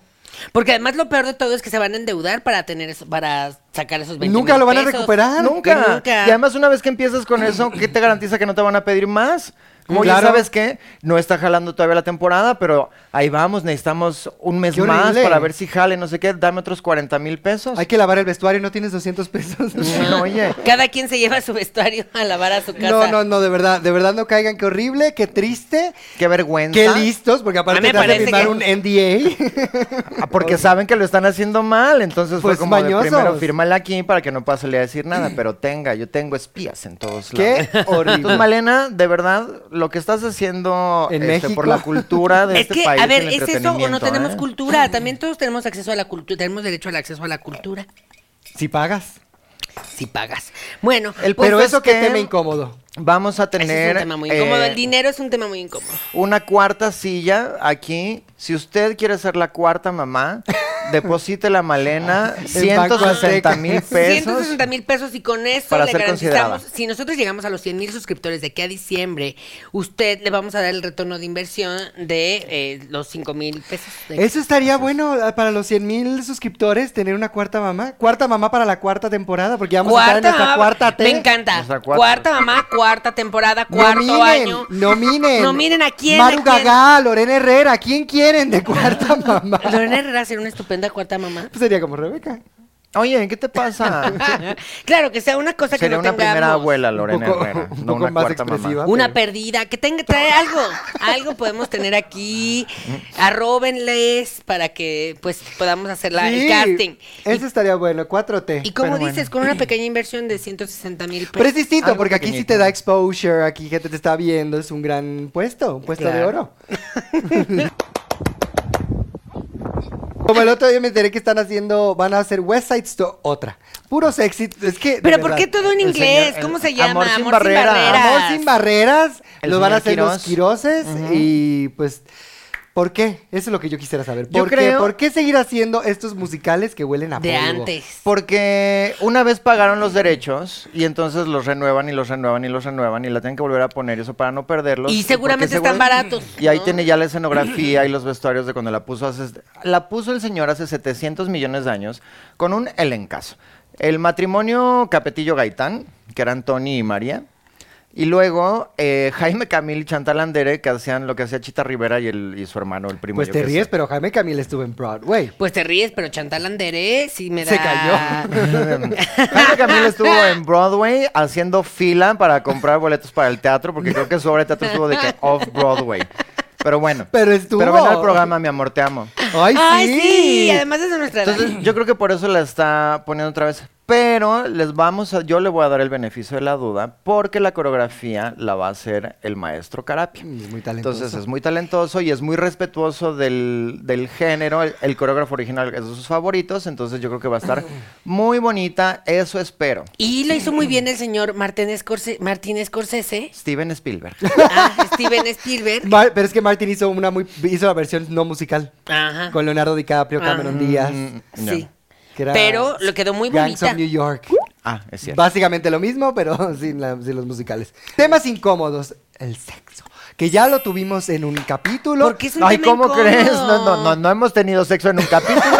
Porque además lo peor de todo es que se van a endeudar para tener eso, para sacar esos 20
Nunca
mil
lo van a
pesos.
recuperar.
Nunca.
Nunca.
Y además, una vez que empiezas con eso, ¿qué te garantiza que no te van a pedir más? Como
Mm, Claro.
ya sabes que no está jalando todavía la temporada, pero ahí vamos, necesitamos un mes
Qué
más
horrible.
para ver si jale, no sé qué, dame otros 40 mil pesos.
Hay que lavar el vestuario, no tienes 200 pesos.
No, oye.
Cada quien se lleva su vestuario a lavar a su casa.
No, no, no, de verdad, de verdad no caigan, qué horrible, qué triste,
Qué vergüenza.
qué listos, porque aparte
A mí me
te hacen
parece
firmar
que-
un NDA.
Ah, Porque saben que lo están haciendo mal, entonces
Pues
fue como de,
mañosos.
primero fírmale aquí para que no pase a decir nada, pero tenga, yo tengo espías en todos lados.
Qué horrible.
Entonces, Malena, de verdad, lo que estás haciendo
En
este,
México.
por la cultura de
Es
este
que,
país.
a ver,
el
¿es eso o no
entretenimiento,
tenemos
¿eh?
cultura? También todos tenemos acceso a la cultura, tenemos derecho al acceso a la cultura,
si pagas.
si pagas. Bueno,
El
pues,
Pero
Pues
eso
es
que
que-
tema incómodo.
Vamos a
ese
tener
es un tema muy
eh,
incómodo. El dinero es un tema muy incómodo.
una cuarta silla aquí. Si usted quiere ser la cuarta mamá, deposite la Malena
Banco Azteca.
160 mil pesos.
160 mil pesos y con eso
Para
le
ser
garantizamos,
considerada.
si nosotros llegamos a los 100 mil suscriptores de aquí a diciembre, usted le vamos a dar el retorno de inversión de eh, los 5 mil pesos. de-
Eso estaría bueno ah, para los 100 mil suscriptores tener una cuarta mamá. Cuarta mamá para la cuarta temporada, porque ya vamos a estar en nuestra
mamá,
cuarta T.
Me encanta.
Nuestra
cuarta.
cuarta.
mamá, cuarta temporada, cuarto
Nominen,
año.
nominen.
Nominen a quién,
Maru
a quién.
Gagá, Lorena Herrera, ¿a quién quieren de cuarta mamá?
Lorena Herrera será una estupenda cuarta mamá.
Pues sería como Rebeca.
Oye, ¿qué te pasa?
Claro, que sea una cosa que
Sería
no
una primera
tengamos.
abuela, Lorena
poco-
Herrera,
un
no
poco
una
más
cuarta
expresiva.
mamá.
Una
Ok.
perdida, que tenga, trae algo, algo podemos tener aquí,
Mm.
arróbenles para que pues podamos hacer la, el
Sí,
casting.
Eso estaría bueno, 4T.
Y como
pero bueno.
dices, con una pequeña inversión de 160 mil
Pero es
pesos.
distinto,
Algo
porque aquí sí
pequeñito.
te da exposure, aquí gente te está viendo, es un gran puesto, un puesto de
Claro.
oro. Como el otro día me enteré que están haciendo, van a hacer West Side Story, otra. Puros éxitos, es que... de
Pero ¿por
verdad.
qué todo en
El
inglés?
señor- el
¿Cómo se llama?
Amor sin barrera.
Amor sin barreras,
El
los van a hacer
señor
los Quiroses y pues... ¿Por qué? Eso es lo que yo quisiera saber.
Yo
¿Por, qué?
creo-
¿Por qué seguir haciendo estos musicales que huelen a
De
polvo?
antes.
Porque una vez pagaron los derechos y entonces los renuevan y los renuevan y los renuevan y la tienen que volver a poner eso para no perderlos. pues,
Y seguramente
porque
están baratos,
Y ahí
¿no?
tiene ya la escenografía y los vestuarios de cuando la puso hace... este, La puso el señor hace 700 millones de años con un elencazo. El matrimonio Capetillo Gaitán, que eran Tony y María. Y luego eh, Jaime Camil y Chantal Andere, que hacían lo que hacía Chita Rivera y, el- y su hermano, el primo.
Pues
yo
te
qué sé.
ríes, pero Jaime Camil estuvo en Broadway.
Pues te ríes, pero Chantal Anderé sí me da...
Se cayó.
Jaime Camil estuvo en Broadway haciendo fila para comprar boletos para el teatro, porque creo que su obra de teatro estuvo de que off Broadway. Pero bueno.
Pero estuvo.
Pero ven al programa, mi amor, te amo.
¡Ay, sí!
Ay, sí, además es de nuestra edad.
Entonces, yo creo que por eso la está poniendo otra vez. Pero les vamos a, yo le voy a dar el beneficio de la duda, porque la coreografía la va a hacer el maestro Carapia.
Mm, es muy talentoso.
Entonces es muy talentoso y es muy respetuoso del, del género. El, el coreógrafo original es de sus favoritos, entonces yo creo que va a estar muy bonita. Eso espero.
Y lo hizo muy bien el señor Martín Scorsese, Martín Scorsese
Steven Spielberg.
ah, Steven Spielberg.
Mar- pero es que Martin hizo una muy hizo la versión no musical
Ajá.
con Leonardo DiCaprio, Cameron Díaz,
No.
Sí.
que era
Ah. Pero lo quedó muy
Gangs
bonita.
of New York.
Ah, es cierto.
Básicamente lo mismo, pero sin, la- sin los musicales. Temas incómodos, el sexo, que ya lo tuvimos en un capítulo.
Porque es un
Ay,
tema
¿cómo
incómodo.
crees? No, no, no, no hemos tenido sexo en un capítulo.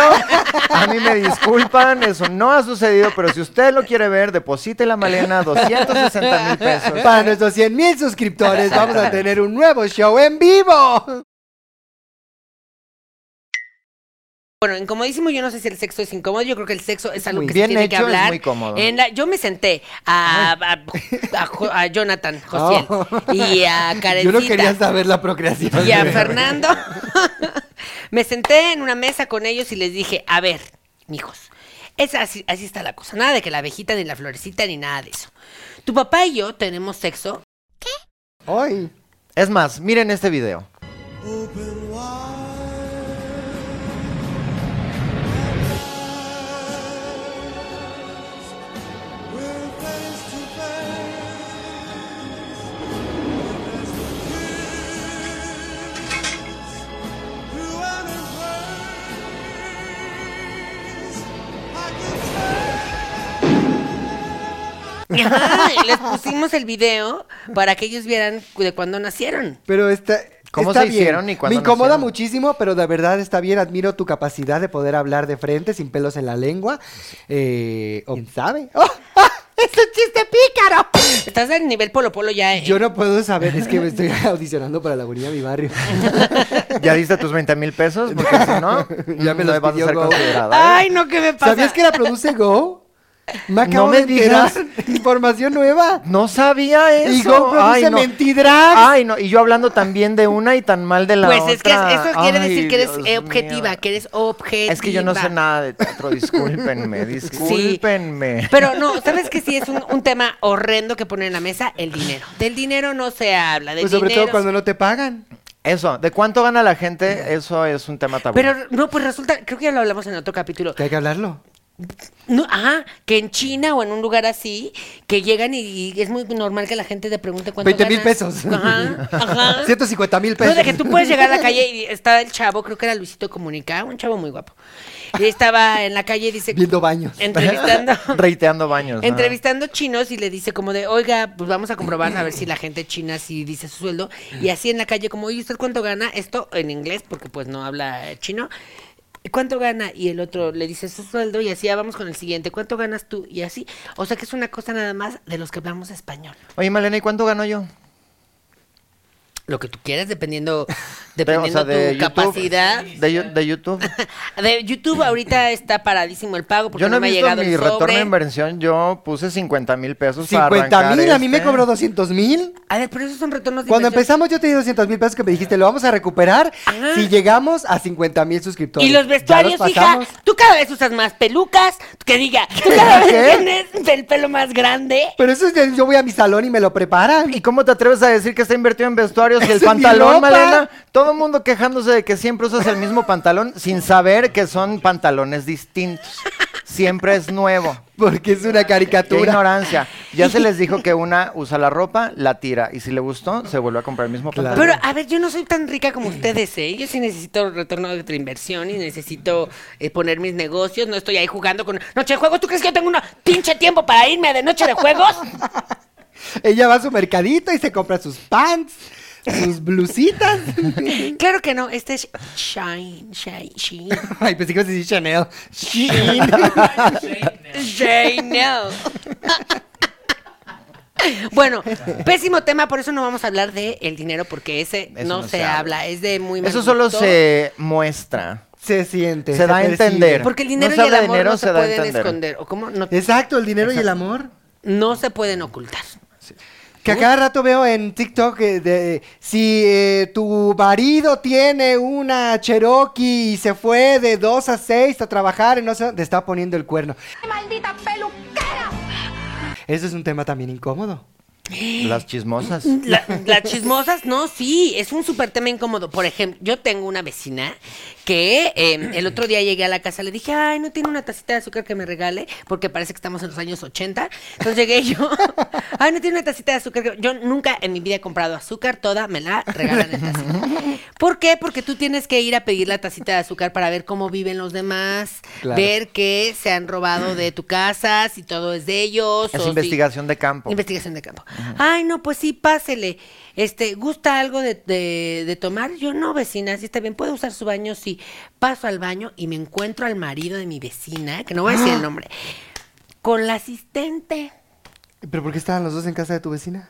A mí me disculpan, eso no ha sucedido, pero si usted lo quiere ver, deposite la malena 260 mil pesos.
Para nuestros 100 mil suscriptores vamos a tener un nuevo show en vivo.
Bueno, incomodísimo, yo no sé si el sexo es incómodo, yo creo que el sexo es algo
muy-
que se
bien
tiene que
hecho, es
hablar.
muy cómodo.
En la- yo me senté a, a- a Jo- a Jonathan Josiel
Oh.
y a
Yo
Karencita
no quería saber la procreación.
y a Fernando. me senté en una mesa con ellos y les dije, a ver, mijos, es así, así está la cosa, nada de que la abejita ni la florecita ni nada de eso. Tu papá y yo tenemos sexo
Ay.
Es más, miren este video.
Ajá, y les pusimos el video para que ellos vieran cu- de cuándo nacieron.
Pero está.
¿Cómo
está
se
bien.
hicieron y cuándo
Me incomoda
nacieron?
muchísimo, pero de verdad está bien. Admiro tu capacidad de poder hablar de frente sin pelos en la lengua. Eh, o- ¿Quién sabe? ¡Oh! ¡Ah! ¡Es un chiste pícaro!
Estás al nivel polo polo ya, ¿eh?
Yo no puedo saber, es que me estoy audicionando para la guarida de mi barrio.
¿Ya diste tus 20 mil pesos? Porque si no,
Ya me
no
los
vas a
pidió
ser
Go.
considerada. ¿eh?
Ay, no, ¿qué me pasa?
¿Sabías que la produce Go? Me acabo
No me
de enterar
digas.
información nueva.
No sabía eso.
Y Go produce
Ay, no.
Mentidrags.
Ay, no, y yo hablando también de una y tan mal de la
Pues es que
otra.
eso quiere
Ay,
decir que eres
Dios
eh, objetiva,
mío.
que eres objetiva.
Es que yo no sé nada de teatro, discúlpenme, discúlpenme.
Sí. Pero no, ¿sabes que sí es un, un tema horrendo que pone en la mesa? El dinero. Del dinero no se habla, del
Pues sobre
dinero
todo cuando no te pagan.
Eso, ¿de cuánto gana la gente? Eso es un tema tabú.
Pero no, pues resulta, creo que ya lo hablamos en otro capítulo.
Que hay que hablarlo.
No, ajá, que en China o en un lugar así, que llegan y, y es muy normal que la gente te pregunte cuánto
20 mil
ganas.
pesos.
Ajá, ajá.
150 mil
No,
pesos.
de que tú puedes llegar a la calle y está el chavo, creo que era Luisito Comunica, un chavo muy guapo. Y estaba en la calle y dice...
Viendo baños.
Entrevistando...
Reiteando baños. ajá.
Entrevistando chinos y le dice como de, oiga, pues vamos a comprobar a ver si la gente china sí dice su sueldo. Y así en la calle como, oye, ¿usted cuánto gana? Esto en inglés porque pues no habla eh, chino. "¿Y ¿Cuánto gana? Y el otro le dice su sueldo y así ya vamos con el siguiente. ¿Cuánto ganas tú? Y así. O sea que es una cosa nada más de los que hablamos español.
Oye, Malena, ¿y cuánto gano yo?
Lo que tú quieras dependiendo,
Pero,
dependiendo tu capacidad.
De, yo- de YouTube.
De YouTube ahorita está paradísimo el pago porque
yo no,
no,
he
me ha
visto
llegado
mi
el
retorno de
sobre.
inversión. Yo puse 50 mil pesos para
50
arrancar
mil, a mí me
este.
cobró 200 mil.
A ver, pero esos son retornos de
Cuando
inversión.
empezamos yo te di 200 mil pesos que me dijiste, lo vamos a recuperar
Ajá.
si llegamos a 50 mil suscriptores.
Y los vestuarios,
Ya los
hija,
pasamos.
tú cada vez usas más pelucas, que diga, tú cada vez
¿Qué?
tienes el pelo más grande.
Pero eso es de- yo voy a mi salón y me lo preparan.
¿Y cómo te atreves a decir que está invertido en vestuarios y el
Esa es mi
pantalón,
ropa.
Malena? Todo el mundo quejándose de que siempre usas el mismo pantalón sin saber que son pantalones distintos. Siempre es nuevo.
Porque es una
Qué
caricatura.
ignorancia. Ya se les dijo que una usa la ropa, la tira. Y si le gustó, se vuelve a comprar el mismo pantalón.
Pero, a ver, yo no soy tan rica como ustedes, ¿eh? Yo sí necesito retorno de otra inversión y necesito eh, poner mis negocios. No estoy ahí jugando con noche de juegos. ¿Tú crees que yo tengo un pinche tiempo para irme de noche de juegos?
Ella va a su mercadito y se compra sus pants, sus blusitas.
claro que no. Este es Shine, Shine, Shine.
Ay, pensé que ibas a decir Chanel. Shein.
Jay, no. Bueno, pésimo tema, por eso no vamos a hablar de el dinero, porque ese
Eso
no, se, habla. es de muy mal
Eso solo
gusto.
se muestra.
se siente.
Se da a
percibe.
entender.
Porque el
no
dinero
se
y el
habla de
amor
dinero,
no se,
se da a
pueden
entender.
esconder, o cómo no,
Exacto, el dinero y el amor.
no se pueden ocultar.
Que a cada rato veo en TikTok eh, de si eh, tu marido tiene una Cherokee y se fue de 2 a 6 a trabajar y no sé, te está poniendo el cuerno.
¡Maldita peluquera!
Eso es un tema también incómodo.
Las chismosas.
La- las chismosas, no, sí, es un súper tema incómodo. Por ejemplo, yo tengo una vecina que eh, el otro día llegué a la casa, le dije, ay, no tiene una tacita de azúcar que me regale, porque parece que estamos en los años 80. Entonces llegué yo, ay, no tiene una tacita de azúcar. que-". Yo nunca en mi vida he comprado azúcar, toda me la regalan en tacita. ¿Por qué? Porque tú tienes que ir a pedir la tacita de azúcar para ver cómo viven los demás,
Claro.
ver que se han robado de tu casa, si todo es de ellos.
Es
o si-
investigación de campo.
Investigación de campo. Ay, no, pues sí, pásele. Este, ¿gusta algo de, de- de tomar? Yo no, vecina, sí está bien. ¿Puede usar su baño? Sí. Paso al baño y me encuentro al marido de mi vecina, que no voy a
Ah.
decir el nombre, con la asistente.
¿Pero por qué estaban los dos en casa de tu vecina?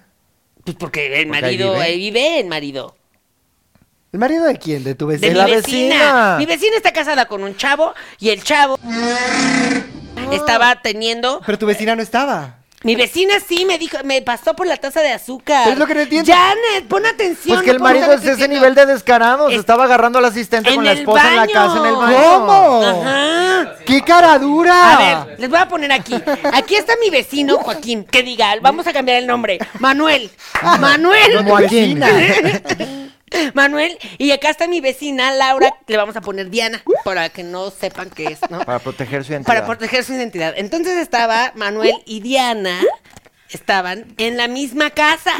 Pues porque el
Porque ahí
marido,
vive.
ahí vive el marido.
¿El marido de quién? ¿De tu
De, mi
vecina?
la
vecina.
vecina.
Mi vecina está casada con un chavo y el chavo estaba teniendo.
Pero tu vecina no estaba.
Mi vecina sí me dijo, me pasó por la taza de azúcar.
Pero es lo que no entiendo.
Janet, pon atención.
Pues que el
no puedo
marido
estar
es ese
diciendo-
nivel de descarado. Se
Es-
estaba agarrando al asistente
En
con la
el
esposa en la
baño.
casa en el baño.
¿Cómo?
Ajá.
¡Qué cara dura!
Ah.
A ver, les voy a poner aquí. Aquí está mi vecino Joaquín, que diga, vamos a cambiar el nombre. Manuel. Manuel.
Como aquí.
Manuel. Y acá está mi vecina Laura, le vamos a poner Diana, para que no sepan qué es, ¿no?
Para proteger su identidad.
Para proteger su identidad. Entonces estaba Manuel y Diana, estaban en la misma casa.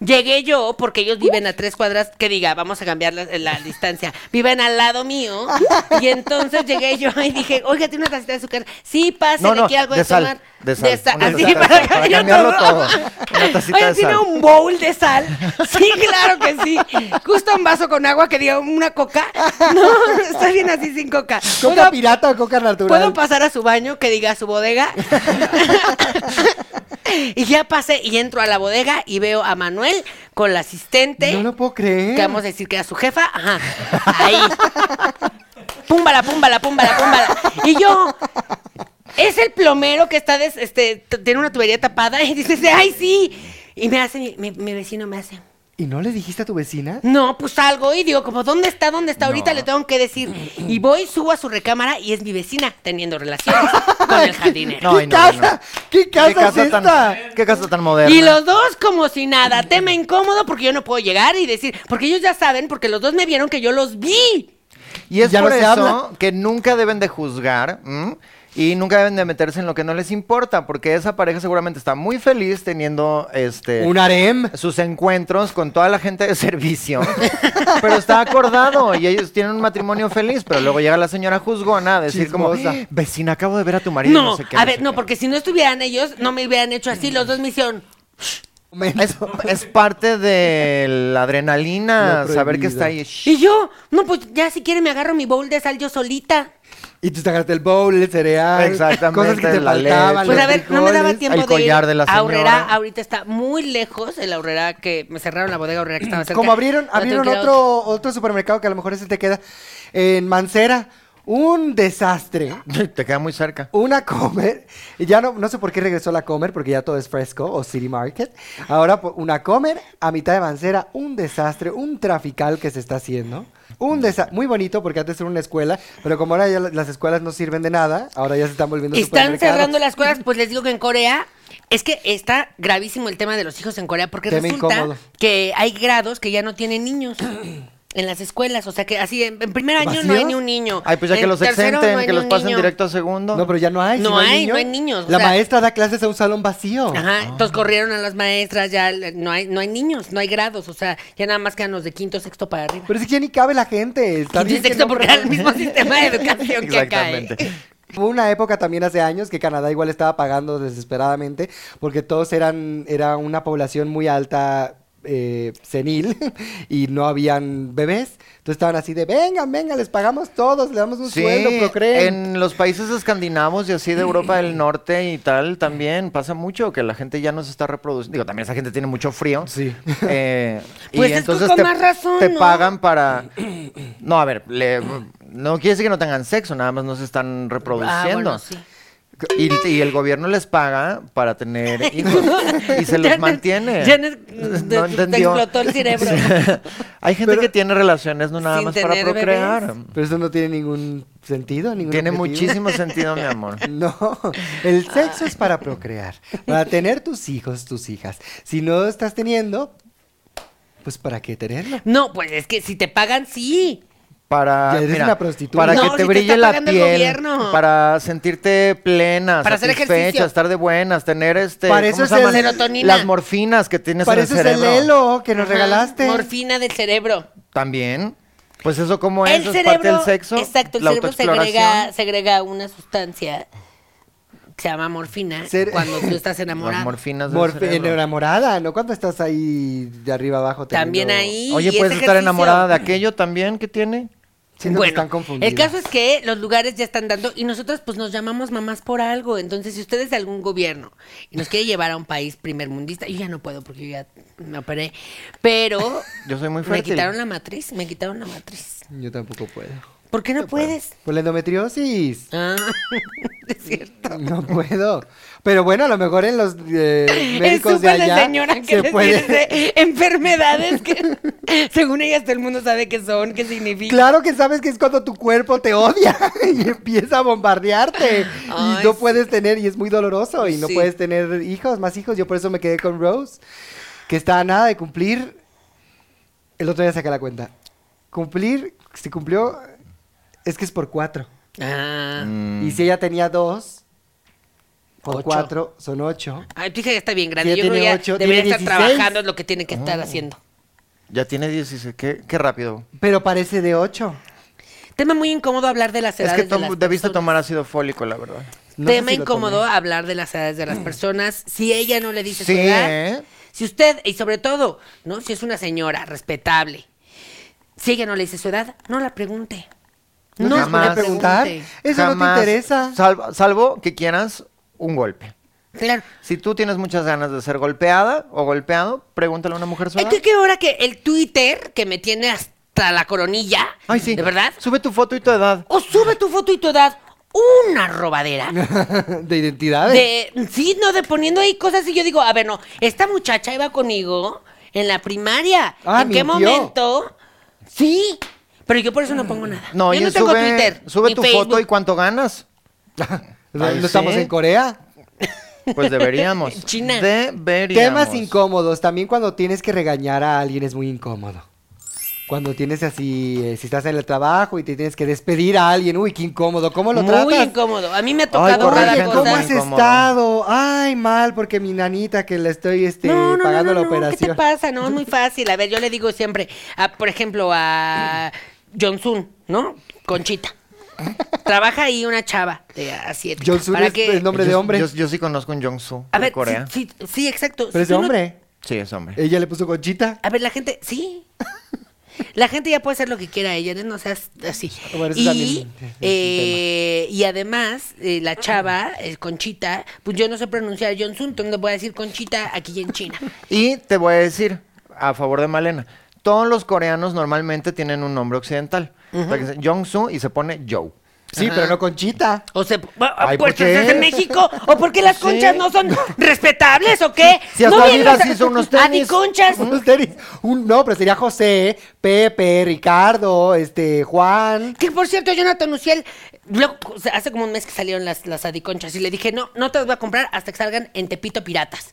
Llegué yo, porque ellos viven a tres cuadras, que diga, vamos a cambiar la, la distancia. Viven al lado mío. Y entonces llegué yo y dije, oiga, tiene una tacita de azúcar. Sí, pase,
No, no,
aquí algo
de
de,
sal,
tomar.
de sal, una
así,
tacita de
para,
sal, para
cambiar
cambiarlo todo. Una tacita
Oiga,
de
¿tiene
sal.
un bowl de sal? Sí, claro que sí. Justo un vaso con agua que diga una coca. No, no, está bien así sin coca.
¿Coca
Oiga,
pirata o coca natural?
¿Puedo pasar a su baño que diga su bodega? y ya pasé y entro a la bodega y veo a Manuel con la asistente.
no lo puedo creer.
que vamos a decir que era su jefa. Ajá. Ahí. Púmbala, púmbala, púmbala, púmbala. Y yo. Es el plomero que está, des- este, t- tiene una tubería tapada y dices, ¡ay, sí! Y me hace, mi- mi- mi vecino me hace.
¿Y no le dijiste a tu vecina?
No, pues algo y digo, como, ¿dónde está? ¿Dónde está? Ahorita le tengo que decir. Y voy, subo a su recámara y es mi vecina teniendo relaciones con el jardinero.
No,
¿Qué
ay, no,
casa?
no.
¿Qué casa
¿Qué casa,
es esta?
tan, qué casa tan moderna?
Y los dos como si nada, tema incómodo porque yo no puedo llegar y decir, porque ellos ya saben, porque los dos me vieron que yo los vi.
Y es
Ya no
por
se
eso
habla.
que nunca deben de juzgar ¿m? Y nunca deben de meterse en lo que no les importa, porque esa pareja seguramente está muy feliz teniendo este
Un harem.
sus encuentros con toda la gente de servicio. pero está acordado y ellos tienen un matrimonio feliz, pero luego llega la señora juzgona a decir
Chismosa.
como, vecina, acabo de ver a tu marido.
No,
No, sé qué,
a
no
ver,
sé
no,
qué".
porque si no estuvieran ellos, no me hubieran hecho así. Los dos me hicieron.
Es, es parte de la adrenalina
Lo
saber que está ahí.
prohibido.
Y
Shh.
yo, no, pues ya si quiere me agarro mi bowl de sal yo solita.
Y tú te agarraste el bowl, el cereal.
Exactamente,
Cosas que te
la
faltaban.
Pues
leche.
los
a ver, no me daba
frijoles.
tiempo
el collar de la
ir a Aurrera.
señora.
Ahorita está muy lejos el Aurrera que me cerraron la bodega Aurrera que estaba cerca.
Como abrieron,
No
abrieron
tengo que ir a
otro, otro supermercado que a lo mejor ese te queda en Mancera. Un desastre.
Te queda muy cerca.
Una comer. y Ya no, no sé por qué regresó la comer, porque ya todo es fresco o City Market. Ahora po- una comer a mitad de Mancera, un desastre, un trafical que se está haciendo. Un desa- muy bonito porque antes era una escuela, pero como ahora ya la- las escuelas no sirven de nada, ahora ya se están volviendo
Están
supermercados.
cerrando las escuelas, pues les digo que en Corea es que está gravísimo el tema de los hijos en Corea porque
Tema
resulta
incómodo.
que hay grados que ya no tienen niños. En las escuelas, o sea que así en, en primer año no
¿Vacíos?
hay ni un niño.
Ay, pues ya
En
que los
tercero
exenten,
no hay
que
ni
los
un
pasen
niño.
directo a segundo.
No, pero ya no hay. si
No hay,
niño.
no hay niños, o
La
sea-
maestra da clases a un salón vacío.
Ah.
Ajá, entonces corrieron a las maestras, ya eh, no hay, no hay niños, no hay grados, o sea, ya nada más quedan los de quinto, sexto para arriba.
Pero es que ya ni cabe la gente. Está
Quinto y
bien que
sexto
no
porque era
preparan-
el mismo sistema de educación que acá. ¿eh?
Exactamente.
Hubo una época también hace años que Canadá igual estaba pagando desesperadamente porque todos eran, era una población muy alta. eh, senil y no habían bebés, entonces estaban así de vengan, vengan, les pagamos todos, le damos un
Sí,
sueldo, procreen.
en los países escandinavos y así de Europa del Norte y tal también pasa mucho que la gente ya no se está reproduciendo. Digo, también esa gente tiene mucho frío.
Sí.
Eh,
Pues es
y
que
entonces
con
te,
más razón,
te
¿no?
pagan para... No, a ver, le- no quiere decir que no tengan sexo, nada más no se están
Ah,
reproduciendo.
bueno, sí.
Y, y el gobierno les paga para tener hijos y se los
Ya no-
mantiene.
ya no- te- te explotó el cerebro.
Hay gente que tiene relaciones no nada
Sin
más para
tener bebés.
procrear.
Pero eso no tiene ningún sentido, ningún
Tiene
objetivo.
muchísimo sentido, mi amor.
No, el sexo es para procrear, para tener tus hijos, tus hijas. Si no estás teniendo, pues ¿para qué tenerlo?
No, pues es que si te pagan, sí.
Para,
Ya eres
mira,
una prostituta.
para
No,
que
si
te
te
brille
está
la
pagando el
piel,
gobierno.
para sentirte plena,
Para hacer
satisfecha,
ejercicio.
estar de buenas, tener este
Para eso
¿cómo se
es
llaman?
el-
Serotonina.
las morfinas que tienes
Para
en el
eso es el
cerebro.
elo que nos
Ajá,
regalaste.
Morfina del cerebro.
También. Pues eso como es,
El
es
cerebro.
parte del sexo.
Exacto, el
la
cerebro segrega,
autoexploración.
segrega una sustancia que se llama morfina
Ser-
cuando tú estás
Las
enamorado.
morfinas del
Morfe-
cerebro.
enamorada, ¿no? Cuando estás ahí de arriba abajo.
También
teniendo-
ahí.
Oye,
y ese
puedes estar
ejercicio.
enamorada de aquello también que tiene.
Siento que están confundidos.
el caso es que los lugares ya están dando y nosotros pues nos llamamos mamás por algo. Entonces, si ustedes de algún gobierno y nos quiere llevar a un país primermundista, yo ya no puedo porque yo ya me operé, pero
Yo soy muy
me
fértil.
quitaron la matriz, me quitaron la matriz.
Yo tampoco puedo.
¿Por qué no puedes?
Por la endometriosis.
Ah, es cierto.
No puedo. Pero bueno, a lo mejor en los eh, médicos
es
de
súper la
allá
señora que
se
les
puede.
dice enfermedades que según ellas todo el mundo sabe qué son, qué significan.
Claro que sabes que es cuando tu cuerpo te odia y empieza a bombardearte
Ay,
y no
sí.
puedes tener y es muy doloroso y no
Sí.
puedes tener hijos, más hijos. Yo por eso me quedé con Rose, que está a nada de cumplir. El otro día saqué la cuenta. Cumplir, si cumplió, es que es por cuatro.
Ah.
Y si ella tenía dos, por
Ocho.
cuatro son ocho.
Ay, tu hija ya está bien grande.
Sí,
Yo creo que
tiene
ya
ocho,
debería
tiene Oh.
estar
16.
trabajando en lo que tiene que estar haciendo.
Ya tiene 16. Qué, qué rápido.
Pero parece de ocho.
Tema muy incómodo hablar de las
Es
edades
que
de
tom-
las
debiste
personas.
tomar ácido fólico, la verdad.
No sé
Tema
si lo
incómodo
tomé. Mm.
hablar de las edades de las personas. Si ella no le dice
Sí,
su edad.
¿eh?
Si usted, y sobre todo, ¿no? Si es una señora respetable. Si ella no le dice su edad, no la pregunte.
No,
No,
tienes por qué
jamás.
preguntar.
Pregunte.
Eso no
Jamás.
te interesa.
Salvo, salvo que quieras un golpe.
Claro.
Si tú tienes muchas ganas de ser golpeada o golpeado, pregúntale a una mujer su
Es
edad.
que, que ahora que el Twitter, que me tiene hasta la coronilla,
Ay, sí.
¿de verdad?
Sube tu foto y tu edad.
O sube tu foto y tu edad, una robadera.
de identidades.
De, sí, no, de poniendo ahí cosas y yo digo, a ver, no, esta muchacha iba conmigo en la primaria.
Ah,
¿En qué
mintió.
momento? Sí, pero yo por eso no pongo nada.
No,
yo
y
no tengo
sube,
Twitter.
sube
ni
tu
Facebook.
foto y cuánto ganas.
O sea,
Ay,
no estamos
sí.
en Corea.
Pues deberíamos.
China.
Deberíamos.
Temas incómodos. También cuando tienes que regañar a alguien es muy incómodo. Cuando tienes así, eh, si estás en el trabajo y te tienes que despedir a alguien, uy, qué incómodo, ¿cómo lo
Muy
tratas?
incómodo. A mí me ha
Ay,
tocado
corrigen,
cada
¿cómo
cosa.
has
Incómodo.
estado? Ay, mal, porque mi nanita que le estoy este,
No, no,
pagando
no, no,
la
no, ¿Qué
operación.
te pasa? No, es muy fácil. A ver, yo le digo siempre, a, por ejemplo, a Johnson, ¿no? Conchita. Trabaja ahí una chava de asiática.
Johnsun
¿Para
es
qué?
el nombre
yo,
de hombre.
Yo, yo sí conozco un Jong-soo
A
de
ver,
Corea. Sí,
sí, sí, sí, exacto.
Pero es
Si
de
uno-
hombre.
es hombre.
Ella le puso conchita.
A ver, la gente, sí. La gente ya puede hacer lo que quiera ella, no seas así.
Bueno, eso
y,
también es un
eh, y además, eh, la chava, eh, Conchita, pues yo no sé pronunciar Johnson, entonces voy a decir Conchita aquí en China.
Y te voy a decir, a favor de Malena, todos los coreanos normalmente tienen un nombre occidental. O sea, que dice Jong-soo y se pone Joe.
Sí, pero no conchita.
O sea,
Ay, ¿por
puestos
qué?
desde México. ¿O porque las
Sí.
conchas no son respetables o qué?
Si hasta
no bien
Adidas
las-
hizo unos tenis.
Adiconchas.
Unos tenis. Un- no, pero sería José, Pepe, Ricardo, este, Juan.
Que por cierto, Jonathan Uciel, lo- o sea, hace como un mes que salieron las, las adiconchas y le dije, no, no te las voy a comprar hasta que salgan en Tepito Piratas.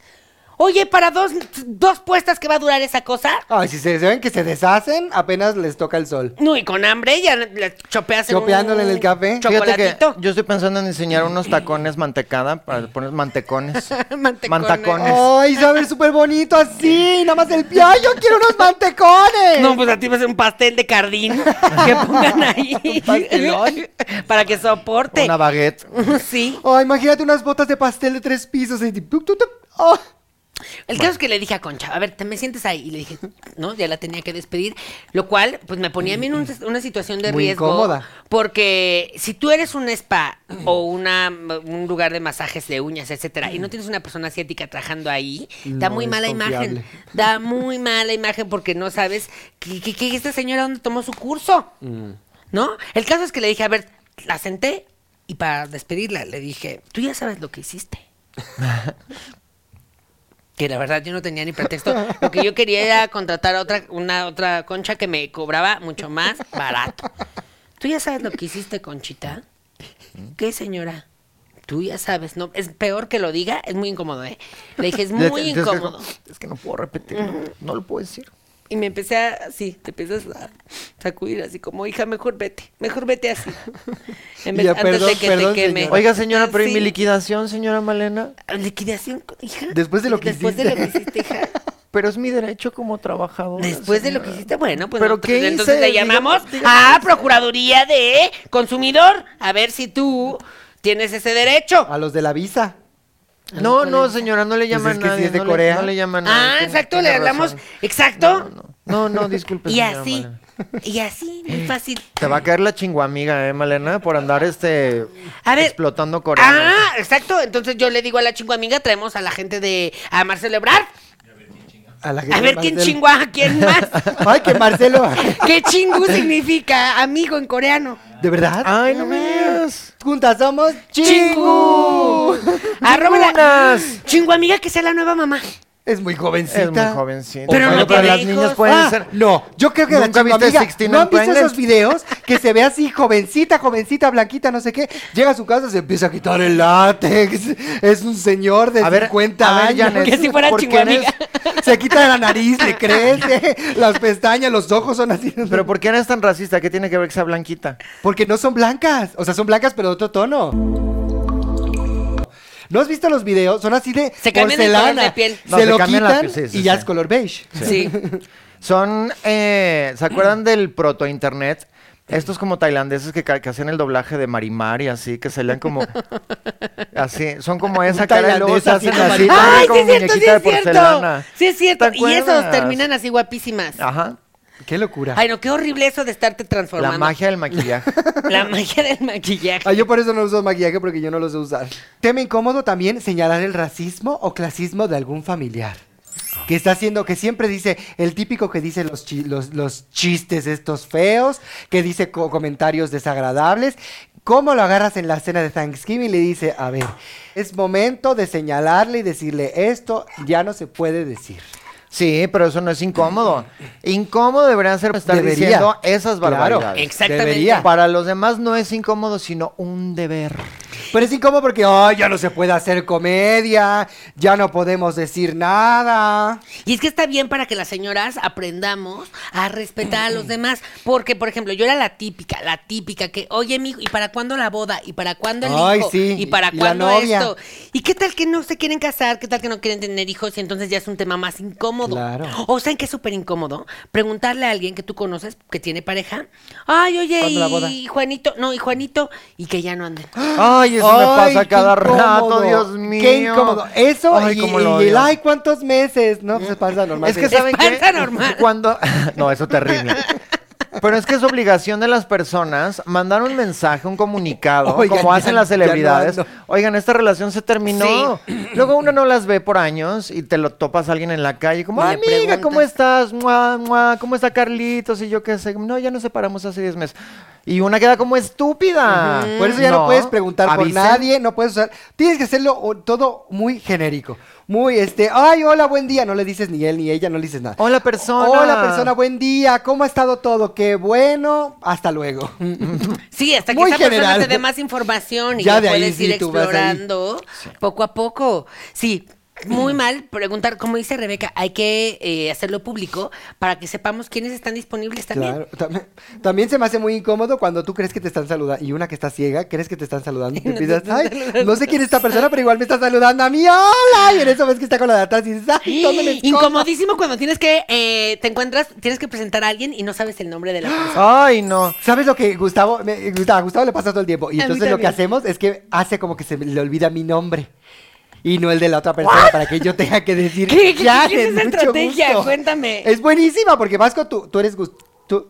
Oye, para dos, dos puestas que va a durar esa cosa.
Ay, si se, se ven que se deshacen, apenas les toca el sol.
No, y con hambre ya le chopeas en un
Chopeándole en el café.
Fíjate que
Chocolatito.
yo estoy pensando en diseñar unos tacones mantecada para poner mantecones.
Mantecones.
Mantacones.
Ay, se va a ver súper bonito así. Nada más el pie. ¡Ay, yo quiero unos mantecones!
No, pues a ti va a ser un pastel de cardín que pongan ahí.
Un pastelón.
Para que soporte.
Una baguette.
Sí.
Ay, imagínate unas botas de pastel de tres pisos. y tu- tu- tu- oh.
El caso es que le dije a Concha, a ver, te me sientes ahí. Y le dije, no, ya la tenía que despedir. Lo cual, pues me ponía a mí en un- una situación de
Mm. Muy
riesgo.
incómoda.
Porque si tú eres un spa o una, un lugar de masajes de uñas, etcétera,
Mm.
y no tienes una persona asiática trabajando ahí, da
No
muy
es
mala
confiable.
imagen. Da muy mala imagen porque no sabes que, que- que esta señora dónde tomó su curso.
Mm.
¿No? El caso es que le dije, a ver, la senté y para despedirla le dije, tú ya sabes lo que hiciste. Que la verdad yo no tenía ni pretexto. Lo que yo quería era contratar a otra, una otra concha que me cobraba mucho más barato. Tú ya sabes lo que hiciste, Conchita. ¿Qué señora? Tú ya sabes, no, es peor que lo diga, es muy incómodo, ¿eh? Le dije, es
Ya te-
muy
tienes que-
incómodo.
es que no puedo repetirlo. No lo puedo decir.
Y me empecé a, así, te empiezas a sacudir así como, hija, mejor vete, mejor vete así. En vez,
Ya,
antes
perdón,
de que
perdón,
te queme.
señora.
Oiga, señora, pero ¿y mi
Sí.
liquidación, señora Malena?
Liquidación, hija.
Después de lo que
Después de lo que hiciste, hija.
Pero es mi derecho como trabajador.
Después de lo que hiciste, bueno, pues
¿Pero
no,
qué
entonces
hice?
le llamamos
Dígame,
a Procuraduría de Consumidor. A ver si tú tienes ese derecho.
A los de la visa.
No, no, señora, no le llama
Pues es
a
que si
nadie.
es de
no
Corea.
Le, no le llama a nadie.
Ah,
tiene-
exacto,
tiene
le hablamos.
razón.
Exacto.
No, Pues no, no, no, disculpe,
y
señora
así,
Malena.
y así, muy fácil.
Te va a caer la chinguamiga, ¿eh, Malena? Por andar, este,
A ver.
explotando Corea.
Ah, exacto. Entonces yo le digo a la chingua amiga, traemos a la gente de a Marcelo Ebrard.
A, la gente
A
de
ver quién
Marcelo.
chingua a quién más.
Ay, que Marcelo.
¿Qué chingu significa amigo en coreano?
¿De verdad?
Ay, no me digas.
Juntas somos
Chingu.
chingu.
Arroba la
Chingunas.
chingua amiga que sea la nueva mamá.
Es muy jovencita.
Es muy jovencita.
Pero
Bueno,
no
pero
tiene
las
hijos.
niñas pueden
Ah,
ser.
No, yo creo que la
¿Nunca
chica
viste
amiga,
Sixteen
¿No han visto
Unpunished?
esos videos que se ve así, jovencita, jovencita, blanquita, no sé qué? Llega a su casa, se empieza a quitar el látex. Es un señor de
A ver,
50
a ver,
años.
Janet,
Que si fuera
¿por qué
chihuamiga.
eres- Se quita la nariz, le crece, las pestañas, los ojos son así.
Pero ¿por qué eres tan racista? ¿Qué tiene que ver que sea blanquita?
Porque no son blancas. O sea, son blancas, pero de otro tono. ¿No has visto los videos? Son así de
Se cambian el color de piel.
No,
se,
se
lo
cambian la
quitan
piel, sí, sí,
y ya
sí.
es color beige.
Sí.
Son, eh, ¿se acuerdan del proto-internet? Estos como tailandeses que, ca- que hacían el doblaje de Marimar y así, que salían como... Así, son como esa cara y luego se
tailandés
hacen
haciendo
así,
Marimar.
Ay, sí
también como
es cierto, sí
muñequita de
es cierto.
porcelana.
Sí es cierto.
¿Te
Y esos
acuerdas?
terminan así guapísimas.
Ajá,
Qué locura.
Ay, no, qué horrible eso de estarte transformando.
la magia del maquillaje.
La magia del maquillaje.
Ay, Ah, yo por eso no uso maquillaje porque yo no lo sé usar. Tema incómodo también señalar el racismo o clasismo de algún familiar. Que está haciendo, que siempre dice, el típico que dice los, chi- los, los chistes estos feos, que dice co- comentarios desagradables. ¿Cómo lo agarras en la cena de Thanksgiving? Y le dice, a ver, es momento de señalarle y decirle, esto ya no se puede decir.
Sí, pero eso no es incómodo. Incómodo debería ser estar
Debería.
diciendo esas
Claro.
barbaridades.
Exactamente.
Debería.
Para los demás no es incómodo, sino un deber.
Pero es incómodo porque oh, ya no se puede hacer comedia, ya no podemos decir nada.
Y es que está bien para que las señoras aprendamos a respetar a los demás. Porque, por ejemplo, yo era la típica, la típica que, oye, mijo, ¿y para cuándo la boda? ¿Y para cuándo el
Ay,
hijo?
sí,
¿Y para
y la
cuándo
novia.
esto? ¿Y qué tal que no se quieren casar? ¿Qué tal que no quieren tener hijos? Y entonces ya es un tema más incómodo.
Claro.
O sea, que es súper incómodo preguntarle a alguien que tú conoces, que tiene pareja, ay, oye,
¿Cuándo la boda?
y Juanito, no, y Juanito, y que ya no anden.
Ay, eso me
Ay,
pasa
qué
cada
incómodo,
rato, Dios mío.
Qué incómodo. Eso
Ay,
y,
cómo
y
lo
el
odio.
ay, cuántos meses. No, pues se pasa normal.
Es que
sí.
saben que
panza normal.
cuando no, eso terrible. Pero es que es obligación de las personas mandar un mensaje, un comunicado,
Oigan,
como
ya-
hacen las
ya no
celebridades.
ando.
Oigan, esta relación se terminó. Luego uno no las ve por años y te lo topas a alguien en la calle como,
Y le
amiga, ¿cómo
preguntas.
estás? Mua, mua, ¿Cómo está Carlitos? Y yo qué sé. No, ya nos separamos hace 10 meses. Y una queda como estúpida.
Mm. Por eso ya no, puedes preguntar por
avisen.
nadie, no puedes usar. Tienes que hacerlo o- todo muy genérico. Muy este, ay, hola, buen día. No le dices ni él ni ella, no le dices nada.
Hola, persona.
Hola, persona, buen día. ¿Cómo ha estado todo? Qué bueno. Hasta luego.
Sí, hasta que
Muy
esa
general.
persona te dé más información y
Ya
ya,
de ahí
puedes
sí
ir
tú vas ahí.
explorando poco a poco. Sí, muy mal preguntar, como dice Rebeca, hay que eh, hacerlo público para que sepamos quiénes están disponibles también.
Claro, también, también se me hace muy incómodo cuando tú crees que te están saludando y una que está ciega, crees que te están saludando y te piensas, ay, no sé quién es esta persona, pero igual me está saludando a mí, hola, y en eso ves que está con la de atrás y dices, ay, ¿dónde me escondo?
Incomodísimo cuando tienes que, eh, te encuentras, tienes que presentar a alguien y no sabes el nombre de
¡Ah!
la persona.
Ay, no.
¿Sabes lo que Gustavo, me- Gustavo, a Gustavo le pasa todo el tiempo? Y
mí
entonces lo que
también.
hacemos es que hace como que se le olvida mi nombre y no el de la otra persona para que yo tenga que decir,
¿Qué- qué-
"Ya,
qué es
con
esa
mucho
estrategia? Cuéntame.
Es buenísima porque Vasco, tú, tú eres Gus- tú-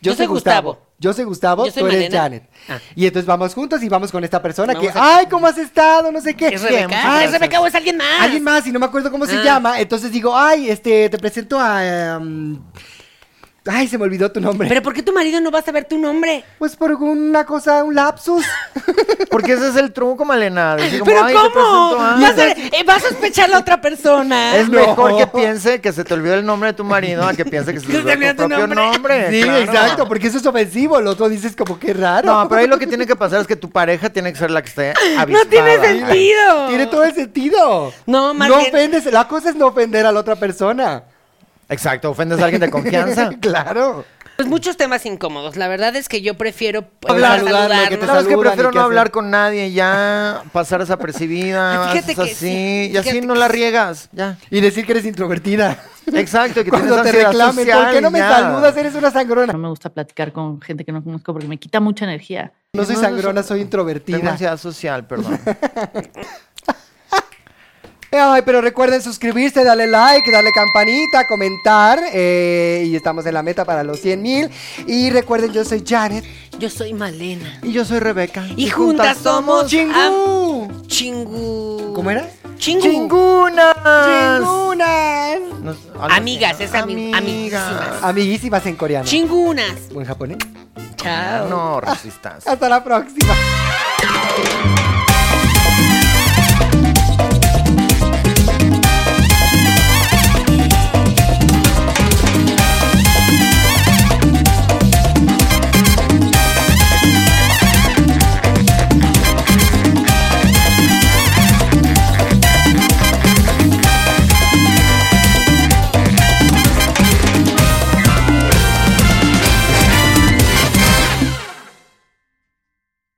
Yo soy Gustavo.
Yo soy Gustavo,
Yo soy
tú eres
Malena.
Janet.
Ah.
Y entonces vamos juntos y vamos con esta persona
Vamos
que, ay, ¿cómo has estado? No sé qué.
¿Es Rebeca?
Ay,
¿Es Rebeca o es alguien más?
Alguien más y no me acuerdo cómo se
Ah.
llama. Entonces digo, ay, este, te presento a... em, ay, se me olvidó tu nombre.
Pero ¿por qué tu marido no va a saber tu nombre?
Pues por una cosa, un lapsus.
Porque ese es el truco, Malena. Decir como,
¿Pero
"Ay, te
cómo?
presento a
Va a, ser- eh, va a sospechar la otra persona.
Es
No.
mejor que piense que se te olvidó el nombre de tu marido a que piense que se te
Que se
olvidó
olvidó
tu
tu
propio
nombre.
nombre.
sí,
claro.
exacto, porque eso es ofensivo. El otro dices como que raro.
No, pero ahí lo que tiene que pasar es que tu pareja tiene que ser la que esté avispada.
no tiene sentido.
Tiene todo el sentido.
No, más
No
bien-
ofendes. La cosa es no ofender a la otra persona.
Exacto, ofendes a alguien de confianza.
claro.
Pues muchos temas incómodos. La verdad es que yo prefiero pues,
Hablar,
saludarnos.
saludarle, que te
Sabes que
saludan y
prefiero
qué
no
hacer.
hablar con nadie ya, pasar desapercibida,
Fíjate
haces
que
así,
sí,
y así
fíjate
no
que
la
sí.
riegas, ya.
Y decir que eres introvertida.
Exacto, y que
Cuando
tienes
te
ansiedad
reclamen,
social
¿por qué no
y
me
ya.
saludas? Eres una sangrona.
No me gusta platicar con gente que no conozco porque me quita mucha energía.
No soy
No, no,
sangrona,
so-
soy
Tengo
introvertida.
ansiedad social, perdón.
Ay, pero recuerden suscribirse, darle like, darle campanita, comentar. eh, y estamos en la meta para los 100 mil. Y recuerden, yo soy Janet.
Yo soy Malena.
Y yo soy Rebeca.
Y juntas somos
¡Chingú!
am- Chingu.
¿Cómo era?
Chingu.
¡Chingunas!
¡Chingunas!
No sé, algo
Amigas,
así,
es
¿no?
ami- amiguísimas.
Amiguísimas en coreano.
Chingunas.
¿O en japonés?
Chao.
No, racistas.
Hasta la próxima.